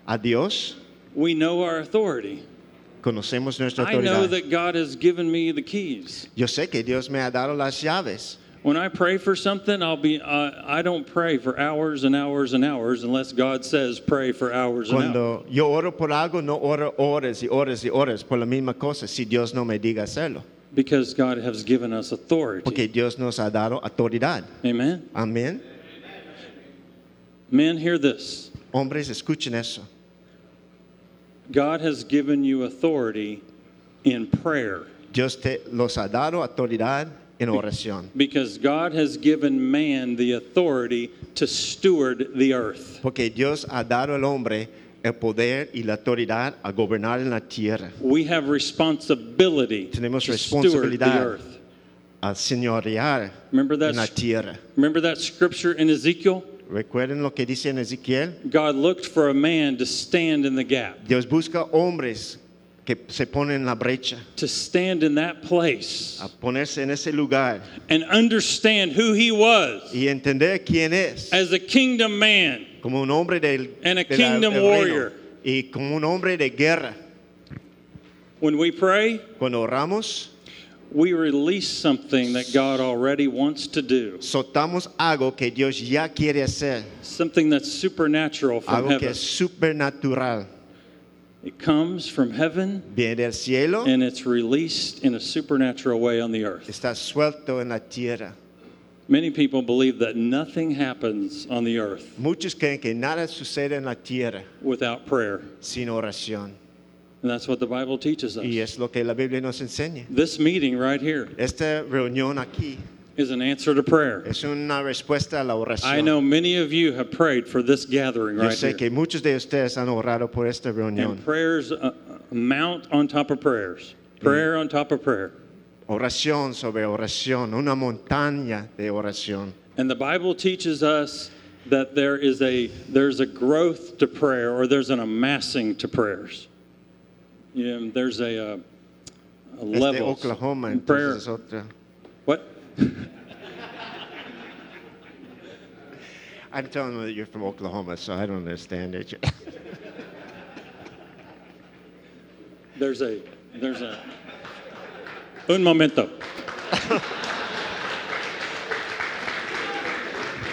Speaker 2: a Dios.
Speaker 1: We know our authority.
Speaker 2: Conocemos nuestra
Speaker 1: I know
Speaker 2: autoridad.
Speaker 1: that God has given me the keys.
Speaker 2: Yo sé que Dios me ha dado las llaves.
Speaker 1: When I pray for something, I'll be uh, I don't pray for hours and hours and hours unless God says pray for hours and hours.
Speaker 2: Cuando yo oro por algo, no oro horas y horas y horas por la misma cosa si Dios no me diga hacerlo.
Speaker 1: Because God has given us authority.
Speaker 2: Porque Dios nos ha dado autoridad.
Speaker 1: Amen.
Speaker 2: Amén.
Speaker 1: Men, hear this.
Speaker 2: Hombres, escuchen eso.
Speaker 1: God has given you authority in prayer
Speaker 2: Dios te los ha dado autoridad en oración.
Speaker 1: because God has given man the authority to steward the earth.
Speaker 2: Porque Dios ha dado al hombre el poder y la autoridad a gobernar en la tierra,
Speaker 1: We have responsibility
Speaker 2: Tenemos
Speaker 1: to steward the
Speaker 2: responsabilidad.
Speaker 1: earth.
Speaker 2: a señorear
Speaker 1: Remember that
Speaker 2: en la
Speaker 1: s-
Speaker 2: tierra.
Speaker 1: Remember that scripture in Ezekiel?
Speaker 2: Recuerden lo que dice en Ezequiel.
Speaker 1: God looked for a man to stand in the gap,
Speaker 2: Dios busca hombres que se ponen en la brecha,
Speaker 1: to stand in that place
Speaker 2: a ponerse en ese lugar
Speaker 1: and understand who he was
Speaker 2: y entender quién es,
Speaker 1: as a kingdom man.
Speaker 2: como un hombre del,
Speaker 1: And a
Speaker 2: de
Speaker 1: kingdom
Speaker 2: del reino
Speaker 1: warrior.
Speaker 2: y como un hombre de guerra.
Speaker 1: When we pray,
Speaker 2: Cuando oramos,
Speaker 1: we release something that God already wants to do,
Speaker 2: soltamos algo que Dios ya quiere hacer.
Speaker 1: something that's supernatural from
Speaker 2: algo que
Speaker 1: heaven.
Speaker 2: es supernatural.
Speaker 1: It comes from heaven
Speaker 2: viene del cielo,
Speaker 1: and it's released in a supernatural way on the earth.
Speaker 2: está suelto en la tierra.
Speaker 1: Many people believe that nothing happens on the earth
Speaker 2: Muchos creen que nada sucede en la tierra
Speaker 1: without prayer.
Speaker 2: sin oración.
Speaker 1: And that's what the Bible teaches us.
Speaker 2: Y es lo que la Biblia nos enseña.
Speaker 1: This meeting right here
Speaker 2: Esta reunión aquí
Speaker 1: is an answer to prayer.
Speaker 2: es una respuesta a la oración.
Speaker 1: I know many of you have prayed for this gathering
Speaker 2: Yo
Speaker 1: right
Speaker 2: sé que
Speaker 1: here.
Speaker 2: muchos de ustedes han orado por esta
Speaker 1: And
Speaker 2: reunión.
Speaker 1: prayers uh, mount on top of prayers. Prayer on top of prayer.
Speaker 2: Oración sobre oración, una montaña de oración.
Speaker 1: And the Bible teaches us that there is a there's a growth to prayer, or there's an amassing to prayers. You know, there's a, uh, a
Speaker 2: Es de
Speaker 1: level.
Speaker 2: Este Oklahoma,
Speaker 1: in prayer.
Speaker 2: entonces es otra.
Speaker 1: What?
Speaker 2: I'm telling you that you're from Oklahoma, so I don't understand it.
Speaker 1: There's a there's a un momento.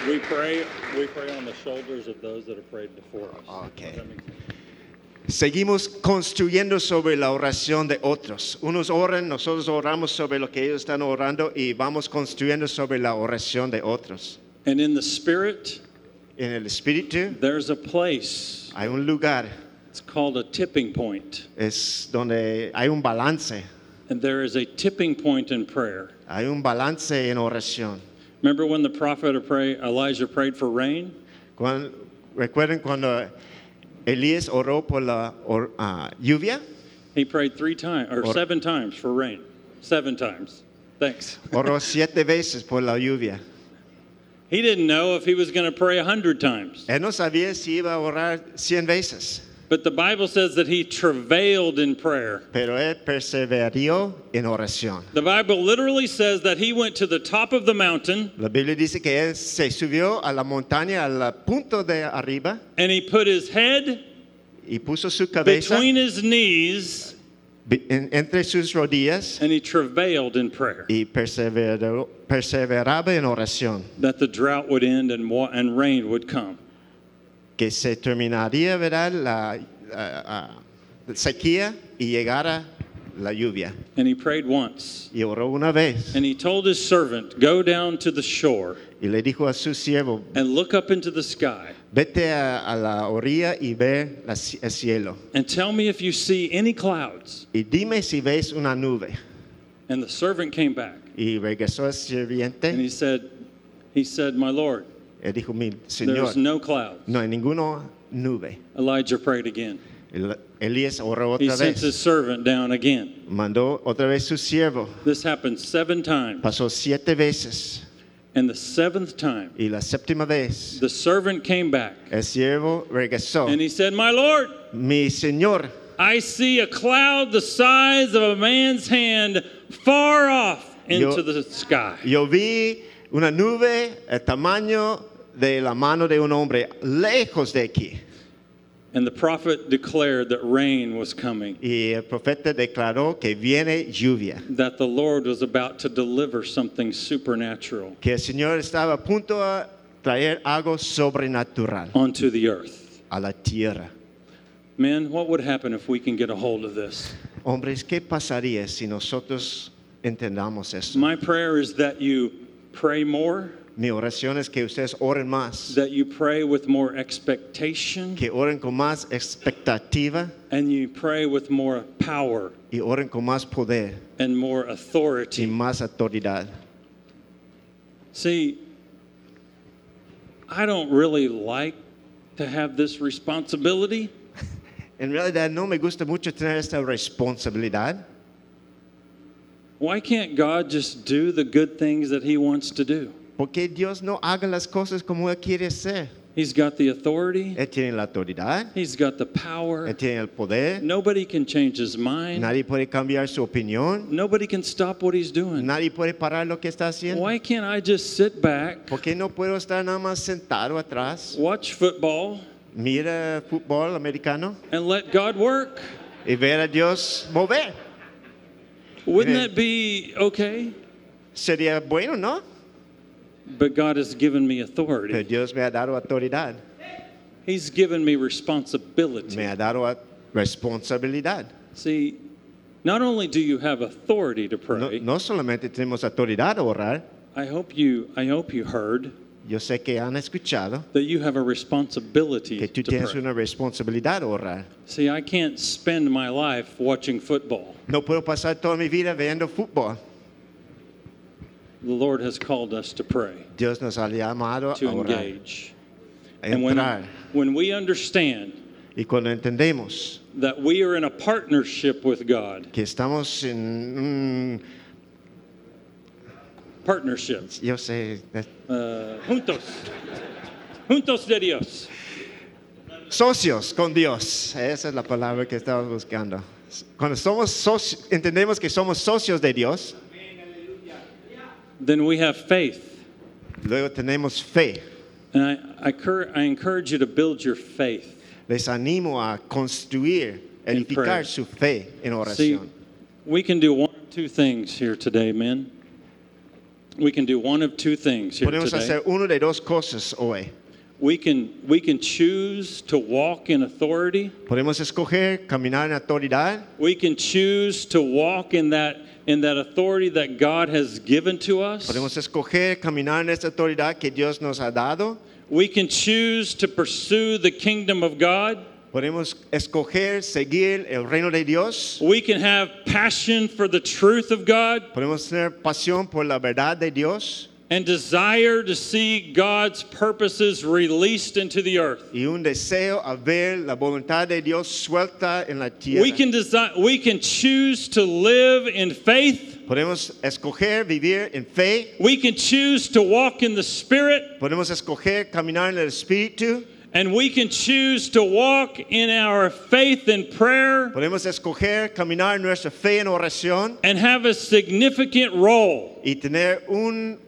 Speaker 1: we pray we pray on the shoulders of those that have prayed before us.
Speaker 2: Okay.
Speaker 1: Does that make sense?
Speaker 2: Seguimos construyendo sobre la oración de otros. Unos oran, nosotros oramos sobre lo que ellos están orando y vamos construyendo sobre la oración de otros.
Speaker 1: And in the spirit,
Speaker 2: En el espíritu
Speaker 1: there's a place.
Speaker 2: hay un lugar,
Speaker 1: It's called a tipping point.
Speaker 2: es donde hay un balance,
Speaker 1: And there is a tipping point in prayer.
Speaker 2: hay un balance en oración.
Speaker 1: Remember when the prophet of pray, Elijah prayed for rain?
Speaker 2: Cuan- Recuerden cuando Elías oró por la or- ah, lluvia,
Speaker 1: He prayed three times or
Speaker 2: Or-
Speaker 1: seven times for rain. Seven times. Thanks.
Speaker 2: oró siete veces por la lluvia.
Speaker 1: He didn't know if he was going to pray a hundred times.
Speaker 2: Él no sabía si iba a orar cien veces,
Speaker 1: But the Bible says that he travailed in prayer.
Speaker 2: pero él perseveró en oración.
Speaker 1: The Bible literally says that he went to the top of the mountain
Speaker 2: La Biblia dice que él se subió a la montaña, al punto de arriba,
Speaker 1: and he put his head
Speaker 2: y puso su cabeza
Speaker 1: between his knees
Speaker 2: bi- en- entre sus rodillas
Speaker 1: and he travailed in prayer
Speaker 2: y perseveró- perseveraba en oración,
Speaker 1: that the drought would end and, wa- and rain would come.
Speaker 2: que se terminaría ¿verdad? la ah, ah, sequía y llegara la lluvia.
Speaker 1: And he prayed once.
Speaker 2: Y oró una vez
Speaker 1: And he told his servant, Go down to the shore
Speaker 2: y le dijo a su siervo,
Speaker 1: and look up into the sky
Speaker 2: vete a, a la orilla y ve la ci- el cielo
Speaker 1: and tell me if you see any clouds.
Speaker 2: y dime si ves una nube.
Speaker 1: And the servant came back
Speaker 2: Y regresó el
Speaker 1: and he
Speaker 2: sirviente
Speaker 1: said, He said, My Lord,
Speaker 2: y dijo, mi señor.
Speaker 1: there's no clouds.
Speaker 2: No hay ninguna nube.
Speaker 1: Elijah prayed again.
Speaker 2: El- Elías oró
Speaker 1: He
Speaker 2: otra
Speaker 1: sent
Speaker 2: vez.
Speaker 1: his servant down again.
Speaker 2: Mandó otra vez su siervo.
Speaker 1: This happened seven times.
Speaker 2: Pasó siete veces.
Speaker 1: And the seventh time,
Speaker 2: Y la séptima vez,
Speaker 1: the servant came back
Speaker 2: el siervo regresó.
Speaker 1: and he said, My Lord,
Speaker 2: Mi señor,
Speaker 1: I see a cloud the size of a man's hand far off into the sky.
Speaker 2: yo vi una nube el tamaño de la mano de un hombre lejos de aquí.
Speaker 1: And the prophet declared that rain was coming,
Speaker 2: Y el profeta declaró que viene lluvia.
Speaker 1: that the Lord was about to deliver something supernatural
Speaker 2: Que el Señor estaba a punto de traer algo sobrenatural
Speaker 1: onto the earth.
Speaker 2: a la tierra.
Speaker 1: Men, what would happen if we can get a hold of this?
Speaker 2: Hombres, ¿qué pasaría si nosotros entendamos esto?
Speaker 1: My prayer is that you pray more,
Speaker 2: Mi oración es que ustedes oren más,
Speaker 1: that you pray with more expectation,
Speaker 2: que oren con más expectativa
Speaker 1: and you pray with more power
Speaker 2: y oren con más poder
Speaker 1: and more
Speaker 2: y
Speaker 1: authority.
Speaker 2: más autoridad.
Speaker 1: See, I don't really like to have this responsibility,
Speaker 2: En realidad no me gusta mucho tener esta responsabilidad.
Speaker 1: Why can't God just do the good things that He wants to do?
Speaker 2: Porque Dios no haga las cosas como Él quiere hacer.
Speaker 1: He's got the authority,
Speaker 2: Él tiene la autoridad,
Speaker 1: He's got the
Speaker 2: Él
Speaker 1: power.
Speaker 2: tiene el poder.
Speaker 1: Nobody can change His mind,
Speaker 2: Nadie puede cambiar su opinión.
Speaker 1: nobody can stop what He's doing.
Speaker 2: Nadie puede parar lo que está haciendo.
Speaker 1: Why can't I just sit back,
Speaker 2: ¿Por qué no puedo estar nada más sentado atrás?
Speaker 1: watch football,
Speaker 2: Mira fútbol americano.
Speaker 1: and let God work?
Speaker 2: y ver a Dios mover.
Speaker 1: Wouldn't
Speaker 2: Amen.
Speaker 1: that be okay?
Speaker 2: Sería bueno, ¿no?
Speaker 1: But God has given me
Speaker 2: Pero
Speaker 1: authority,
Speaker 2: Dios me ha dado autoridad,
Speaker 1: He's given me
Speaker 2: me
Speaker 1: responsibility.
Speaker 2: ha dado a- responsabilidad.
Speaker 1: See, not only do you have authority to
Speaker 2: No,
Speaker 1: pray,
Speaker 2: no solamente tenemos autoridad a orar,
Speaker 1: I hope you I hope you heard
Speaker 2: yo sé que han escuchado
Speaker 1: that you have a responsibility
Speaker 2: que tú
Speaker 1: to
Speaker 2: tienes
Speaker 1: pray.
Speaker 2: una responsabilidad a orar.
Speaker 1: See, I can't spend my life watching football.
Speaker 2: No puedo pasar toda mi vida viendo fútbol.
Speaker 1: The Lord has called us to pray,
Speaker 2: Dios nos ha llamado
Speaker 1: to
Speaker 2: a orar,
Speaker 1: engage.
Speaker 2: a
Speaker 1: And when,
Speaker 2: entrar.
Speaker 1: when we understand
Speaker 2: Y cuando entendemos
Speaker 1: that we are in a partnership with God,
Speaker 2: que estamos en mm, un...
Speaker 1: partnership,
Speaker 2: Yo sé, eh,
Speaker 1: uh, juntos, juntos de Dios.
Speaker 2: socios con Dios. Esa es la palabra que estamos buscando. Cuando somos soci- entendemos que somos socios de Dios,
Speaker 1: Then we have faith.
Speaker 2: luego tenemos fe.
Speaker 1: And I, I, cur- I encourage you to build your faith.
Speaker 2: Les animo a construir,
Speaker 1: In
Speaker 2: edificar
Speaker 1: prayer.
Speaker 2: su fe en
Speaker 1: See,
Speaker 2: oración.
Speaker 1: we can do one of two things here today, men. We can do one of two things here
Speaker 2: Podemos
Speaker 1: today.
Speaker 2: hacer uno de dos cosas hoy.
Speaker 1: We can, we can choose to walk in authority.
Speaker 2: Podemos escoger caminar en autoridad
Speaker 1: We can choose to walk in that, in that authority that God has given to us.
Speaker 2: Podemos escoger caminar en esta autoridad que Dios nos ha dado.
Speaker 1: We can choose to pursue the kingdom of God.
Speaker 2: Podemos escoger seguir el reino de Dios.
Speaker 1: We can have passion for the truth of God
Speaker 2: Podemos tener pasión por la verdad de Dios
Speaker 1: and desire to see God's purposes released into the earth.
Speaker 2: y un deseo a ver la voluntad de Dios suelta en la
Speaker 1: We
Speaker 2: tierra.
Speaker 1: can, desi- we can choose to live in faith.
Speaker 2: Podemos escoger vivir en fe.
Speaker 1: We can choose to walk in the Spirit.
Speaker 2: Podemos escoger caminar en el Espíritu.
Speaker 1: And we can choose to walk in our faith and prayer
Speaker 2: Podemos escoger caminar en nuestra fe en oración
Speaker 1: and have a significant role.
Speaker 2: y tener un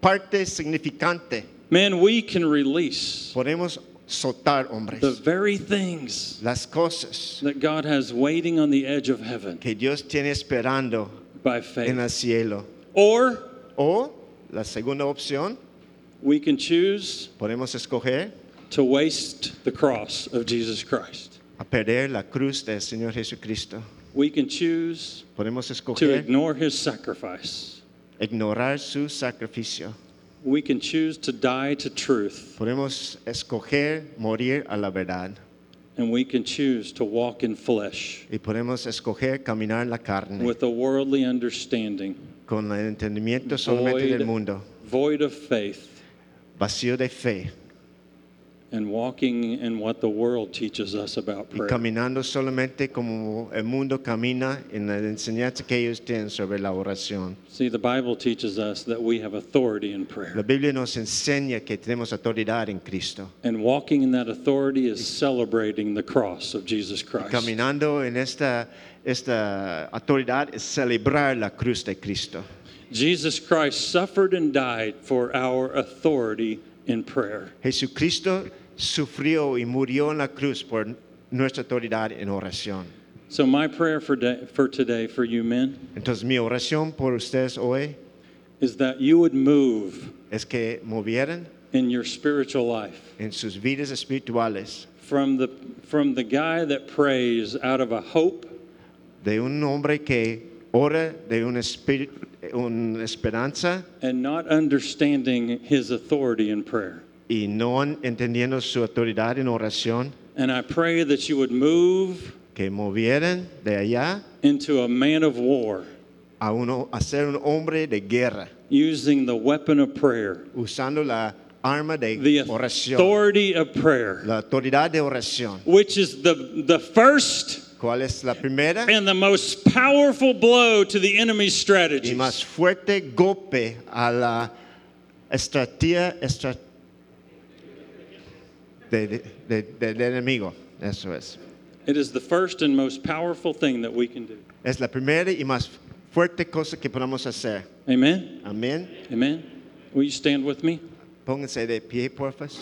Speaker 2: parte significante.
Speaker 1: Man, we can release
Speaker 2: Podemos soltar
Speaker 1: the
Speaker 2: hombres.
Speaker 1: very things
Speaker 2: Las cosas
Speaker 1: that God has waiting on the edge of heaven
Speaker 2: que Dios tiene esperando
Speaker 1: by
Speaker 2: en el
Speaker 1: faith.
Speaker 2: cielo.
Speaker 1: Or
Speaker 2: O la segunda opción,
Speaker 1: we can choose
Speaker 2: podemos escoger
Speaker 1: to waste the cross of Jesus Christ.
Speaker 2: a perder la cruz del Señor Jesucristo.
Speaker 1: We can choose
Speaker 2: Podemos
Speaker 1: to
Speaker 2: escoger
Speaker 1: ignore his sacrifice.
Speaker 2: ignorar su sacrificio.
Speaker 1: We can choose to die to truth.
Speaker 2: Podemos escoger morir a la verdad.
Speaker 1: And we can choose to walk in flesh
Speaker 2: Y podemos escoger caminar la carne
Speaker 1: with a worldly understanding,
Speaker 2: con el entendimiento solamente
Speaker 1: Void.
Speaker 2: del mundo,
Speaker 1: void of faith,
Speaker 2: vacío de fe
Speaker 1: and walking in what the world teaches us about
Speaker 2: y
Speaker 1: prayer.
Speaker 2: caminando solamente como el mundo camina en la enseñanza que ellos tienen sobre la oración.
Speaker 1: See, the Bible teaches us that we have authority in
Speaker 2: La
Speaker 1: prayer.
Speaker 2: Biblia nos enseña que tenemos autoridad en Cristo.
Speaker 1: And walking in that authority is celebrating the cross of Jesus Christ.
Speaker 2: Caminando en esta, esta autoridad es celebrar la cruz de Cristo.
Speaker 1: Jesus Christ suffered and died for our authority in prayer.
Speaker 2: Jesucristo sufrió y murió en la cruz por nuestra autoridad en oración.
Speaker 1: So, my prayer for, day, for today, for you men,
Speaker 2: Entonces mi oración por ustedes hoy
Speaker 1: is that you would move
Speaker 2: es que movieran
Speaker 1: in your spiritual life
Speaker 2: en sus vidas espirituales
Speaker 1: from the, from the guy that prays out of a hope
Speaker 2: de un hombre que ora de una, espir- una esperanza
Speaker 1: and not understanding his authority in prayer.
Speaker 2: y no entendiendo su autoridad en oración,
Speaker 1: And I pray that you would move
Speaker 2: que movieran de allá
Speaker 1: into a man of war
Speaker 2: a, uno, a ser un hombre de guerra,
Speaker 1: using the weapon of prayer,
Speaker 2: usando la arma de
Speaker 1: the
Speaker 2: oración,
Speaker 1: authority of prayer,
Speaker 2: la autoridad de oración.
Speaker 1: which is the, the first.
Speaker 2: ¿Cuál es la primera
Speaker 1: and the most powerful blow to the enemy's
Speaker 2: y
Speaker 1: strategies.
Speaker 2: más fuerte golpe a la estrategia estra- de- de- de- del enemigo? Eso es.
Speaker 1: It is the first and most powerful thing that we can do.
Speaker 2: Es la primera y más fuerte cosa que podemos hacer.
Speaker 1: Amen.
Speaker 2: Amén.
Speaker 1: Amen. Will you stand with me?
Speaker 2: Pónganse de pie, por favor.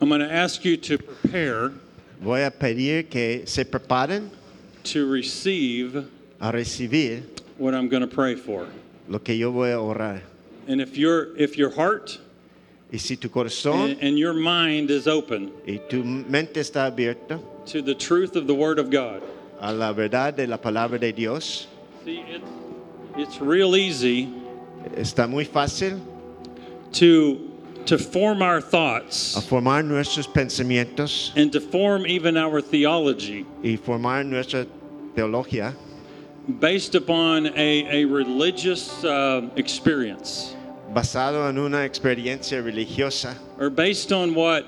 Speaker 1: going to ask you to prepare
Speaker 2: Voy a pedir que se preparen
Speaker 1: to receive
Speaker 2: a recibir
Speaker 1: what I'm going to pray for.
Speaker 2: lo que yo voy a orar.
Speaker 1: And if your if your heart
Speaker 2: Y si tu
Speaker 1: and,
Speaker 2: corazón
Speaker 1: and your mind is open
Speaker 2: y tu mente está abierta
Speaker 1: to the truth of the Word of God,
Speaker 2: a la verdad de la palabra de Dios,
Speaker 1: see it's it's real easy
Speaker 2: está muy fácil
Speaker 1: to to form our thoughts
Speaker 2: a formar nuestros pensamientos
Speaker 1: and to form even our theology
Speaker 2: y formar nuestra teología
Speaker 1: based upon a, a religious uh, experience
Speaker 2: basado en una experiencia religiosa
Speaker 1: or based on what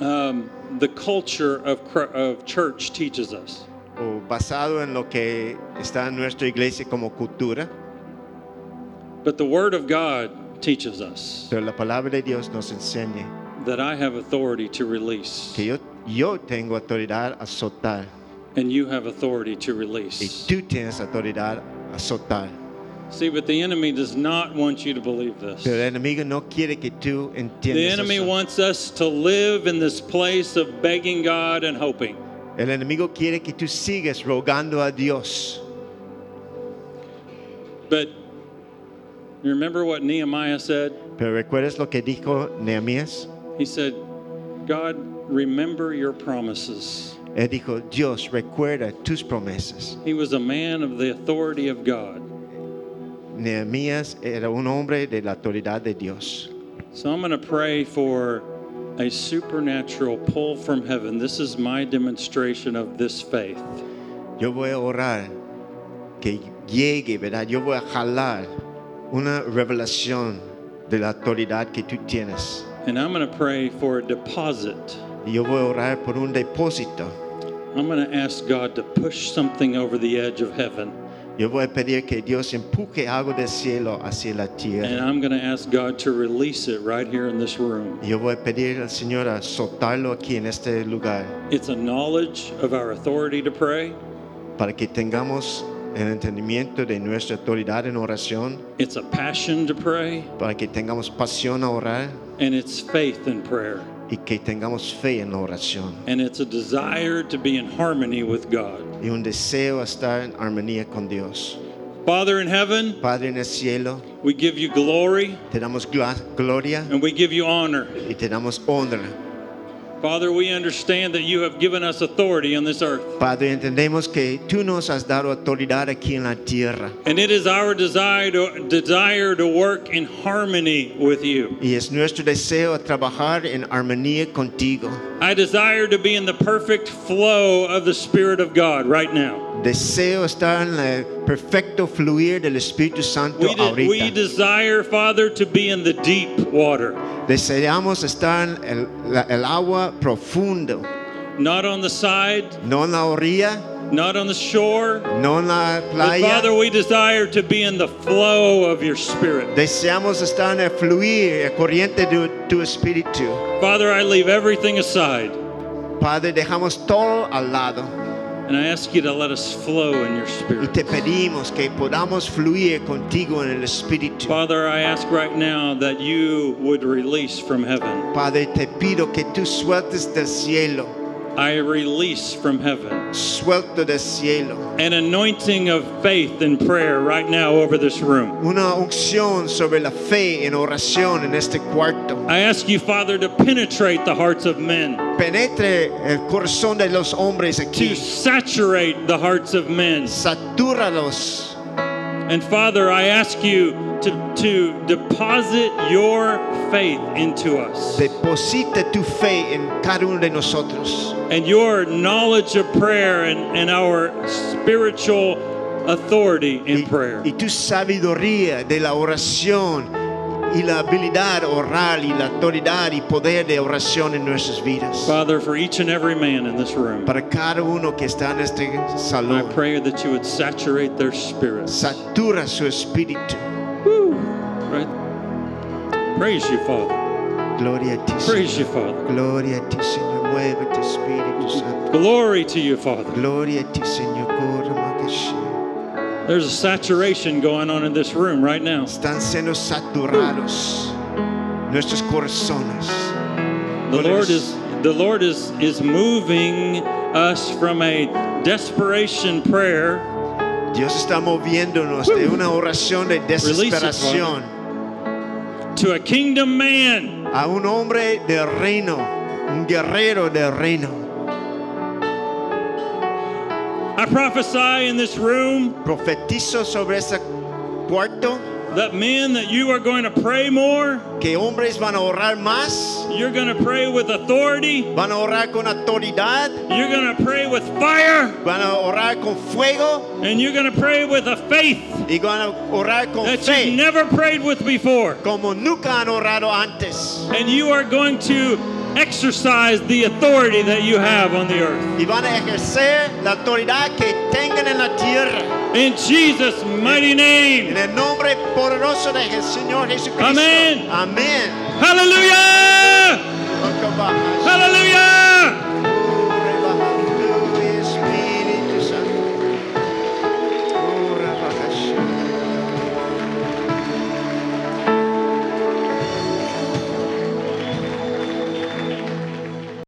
Speaker 1: um, the culture of, cr- of church teaches us.
Speaker 2: o basado en lo que está en nuestra iglesia como cultura,
Speaker 1: But the Word of God teaches us
Speaker 2: pero la palabra de Dios nos enseña
Speaker 1: that I have authority to release
Speaker 2: que yo, yo tengo autoridad a soltar
Speaker 1: and you have authority to
Speaker 2: y
Speaker 1: release.
Speaker 2: tú tienes autoridad a soltar.
Speaker 1: See, but the enemy does not want you to believe
Speaker 2: Pero el
Speaker 1: this.
Speaker 2: enemigo no quiere que tú
Speaker 1: The
Speaker 2: entiendas
Speaker 1: enemy
Speaker 2: eso.
Speaker 1: wants us to live in this place of begging God and hoping.
Speaker 2: El enemigo quiere que tú sigas rogando a Dios.
Speaker 1: But you remember what Nehemiah said?
Speaker 2: Pero recuerdas lo que dijo Nehemías?
Speaker 1: He said, God, remember your promises.
Speaker 2: Él dijo, Dios, recuerda tus promesas.
Speaker 1: He was a man of the authority of God.
Speaker 2: Nehemías era un hombre de la autoridad de Dios.
Speaker 1: So I'm going to pray for a supernatural pull from heaven. This is my demonstration of this faith.
Speaker 2: Yo voy a orar que llegue, ¿verdad? Yo voy a jalar una revelación de la autoridad que tú tienes.
Speaker 1: And I'm going to pray for a deposit.
Speaker 2: Y yo voy a orar por un depósito.
Speaker 1: I'm going to ask God to push something over the edge of heaven.
Speaker 2: Yo voy a pedir que Dios empuje algo del cielo hacia la
Speaker 1: And
Speaker 2: tierra.
Speaker 1: I'm going to ask God to release it right here in this room.
Speaker 2: Y Yo voy a pedir al Señor a soltarlo aquí en este lugar
Speaker 1: It's a knowledge of our authority to pray.
Speaker 2: para que tengamos el entendimiento de nuestra autoridad en oración,
Speaker 1: It's a passion to pray,
Speaker 2: para que tengamos pasión a orar
Speaker 1: and it's faith in prayer,
Speaker 2: y que tengamos fe en la oración
Speaker 1: and it's a desire to be in harmony with God.
Speaker 2: y un deseo a estar en armonía con Dios.
Speaker 1: Father in heaven,
Speaker 2: Padre en el cielo,
Speaker 1: we give you glory
Speaker 2: te damos gla- gloria
Speaker 1: and we give you honor.
Speaker 2: y te damos honra.
Speaker 1: Father, we understand that you have given us authority on this earth,
Speaker 2: Padre, entendemos que tú nos has dado autoridad aquí en la tierra
Speaker 1: and it is our desire to, desire to work in harmony with you.
Speaker 2: y es nuestro deseo trabajar en armonía contigo.
Speaker 1: I desire to be in the perfect flow of the Spirit of God right now.
Speaker 2: Deseo estar en el perfecto fluir del Espíritu Santo
Speaker 1: We, de- we
Speaker 2: ahorita.
Speaker 1: desire, Father, to be in the deep water,
Speaker 2: Deseamos estar en el, la- el agua profundo,
Speaker 1: not on the side,
Speaker 2: no en la orilla,
Speaker 1: not on the shore,
Speaker 2: no en la
Speaker 1: But
Speaker 2: playa.
Speaker 1: Father, we desire to be in the flow of your spirit.
Speaker 2: Deseamos estar en el fluir, el corriente de tu Espíritu.
Speaker 1: Father, I leave everything aside
Speaker 2: Padre, dejamos todo al lado
Speaker 1: and I ask you to let us flow in your
Speaker 2: y
Speaker 1: spirit.
Speaker 2: te pedimos que podamos fluir contigo en el Espíritu.
Speaker 1: Father, I ask right now that you would release from heaven.
Speaker 2: Padre, te pido que tú sueltes del cielo,
Speaker 1: I release from heaven
Speaker 2: suelto del cielo,
Speaker 1: an anointing of faith and prayer right now over this room.
Speaker 2: una unción sobre la fe en oración en este cuarto.
Speaker 1: I ask you, Father, to penetrate the hearts of men,
Speaker 2: Penetre el corazón de los hombres
Speaker 1: to
Speaker 2: aquí,
Speaker 1: saturate the hearts of men.
Speaker 2: satúralos.
Speaker 1: And Father, I ask you to, to deposit your faith into us.
Speaker 2: Deposita tu fe en cada uno de nosotros
Speaker 1: and your knowledge of prayer and, and our spiritual authority in
Speaker 2: y,
Speaker 1: prayer.
Speaker 2: y tu sabiduría de la oración y la habilidad oral y la autoridad y poder de oración en nuestras vidas.
Speaker 1: Father, for each and every man in this room,
Speaker 2: Para cada uno que está en este
Speaker 1: I
Speaker 2: salón.
Speaker 1: pray that you would saturate their spirits.
Speaker 2: satura su espíritu.
Speaker 1: Right? Praise you, Father.
Speaker 2: Gloria a ti,
Speaker 1: Praise you,
Speaker 2: Señor.
Speaker 1: Father.
Speaker 2: Gloria a ti, Señor. Mueve tu Espíritu Santo.
Speaker 1: Glory to you, Father.
Speaker 2: Gloria a ti, Señor. Corama que sí.
Speaker 1: There's a saturation going on in this room right now.
Speaker 2: Están siendo saturados nuestros corazones.
Speaker 1: The
Speaker 2: What
Speaker 1: Lord
Speaker 2: is-
Speaker 1: is the Lord is is moving us from a desperation prayer.
Speaker 2: Dios está moviéndonos de una oración de
Speaker 1: Father.
Speaker 2: desesperación
Speaker 1: To a kingdom man,
Speaker 2: a un hombre del reino, un guerrero del reino.
Speaker 1: I prophesy in this room
Speaker 2: Profetizo sobre ese cuarto
Speaker 1: that men that you are going to pray more,
Speaker 2: que hombres van a orar más,
Speaker 1: you're going to pray with authority,
Speaker 2: van a orar con autoridad,
Speaker 1: you're going to pray with fire,
Speaker 2: van a orar con fuego
Speaker 1: and you're going to pray with a faith
Speaker 2: y van a orar con
Speaker 1: that you've
Speaker 2: fe
Speaker 1: never prayed with before.
Speaker 2: como nunca han orado antes.
Speaker 1: And you are going to exercise the authority that you have on the earth.
Speaker 2: Y van a ejercer la autoridad que tengan en la tierra.
Speaker 1: In Jesus' mighty name.
Speaker 2: En el nombre poderoso del Señor Jesucristo.
Speaker 1: Amén.
Speaker 2: Amén.
Speaker 1: Hallelujah!
Speaker 2: Nunca bajas.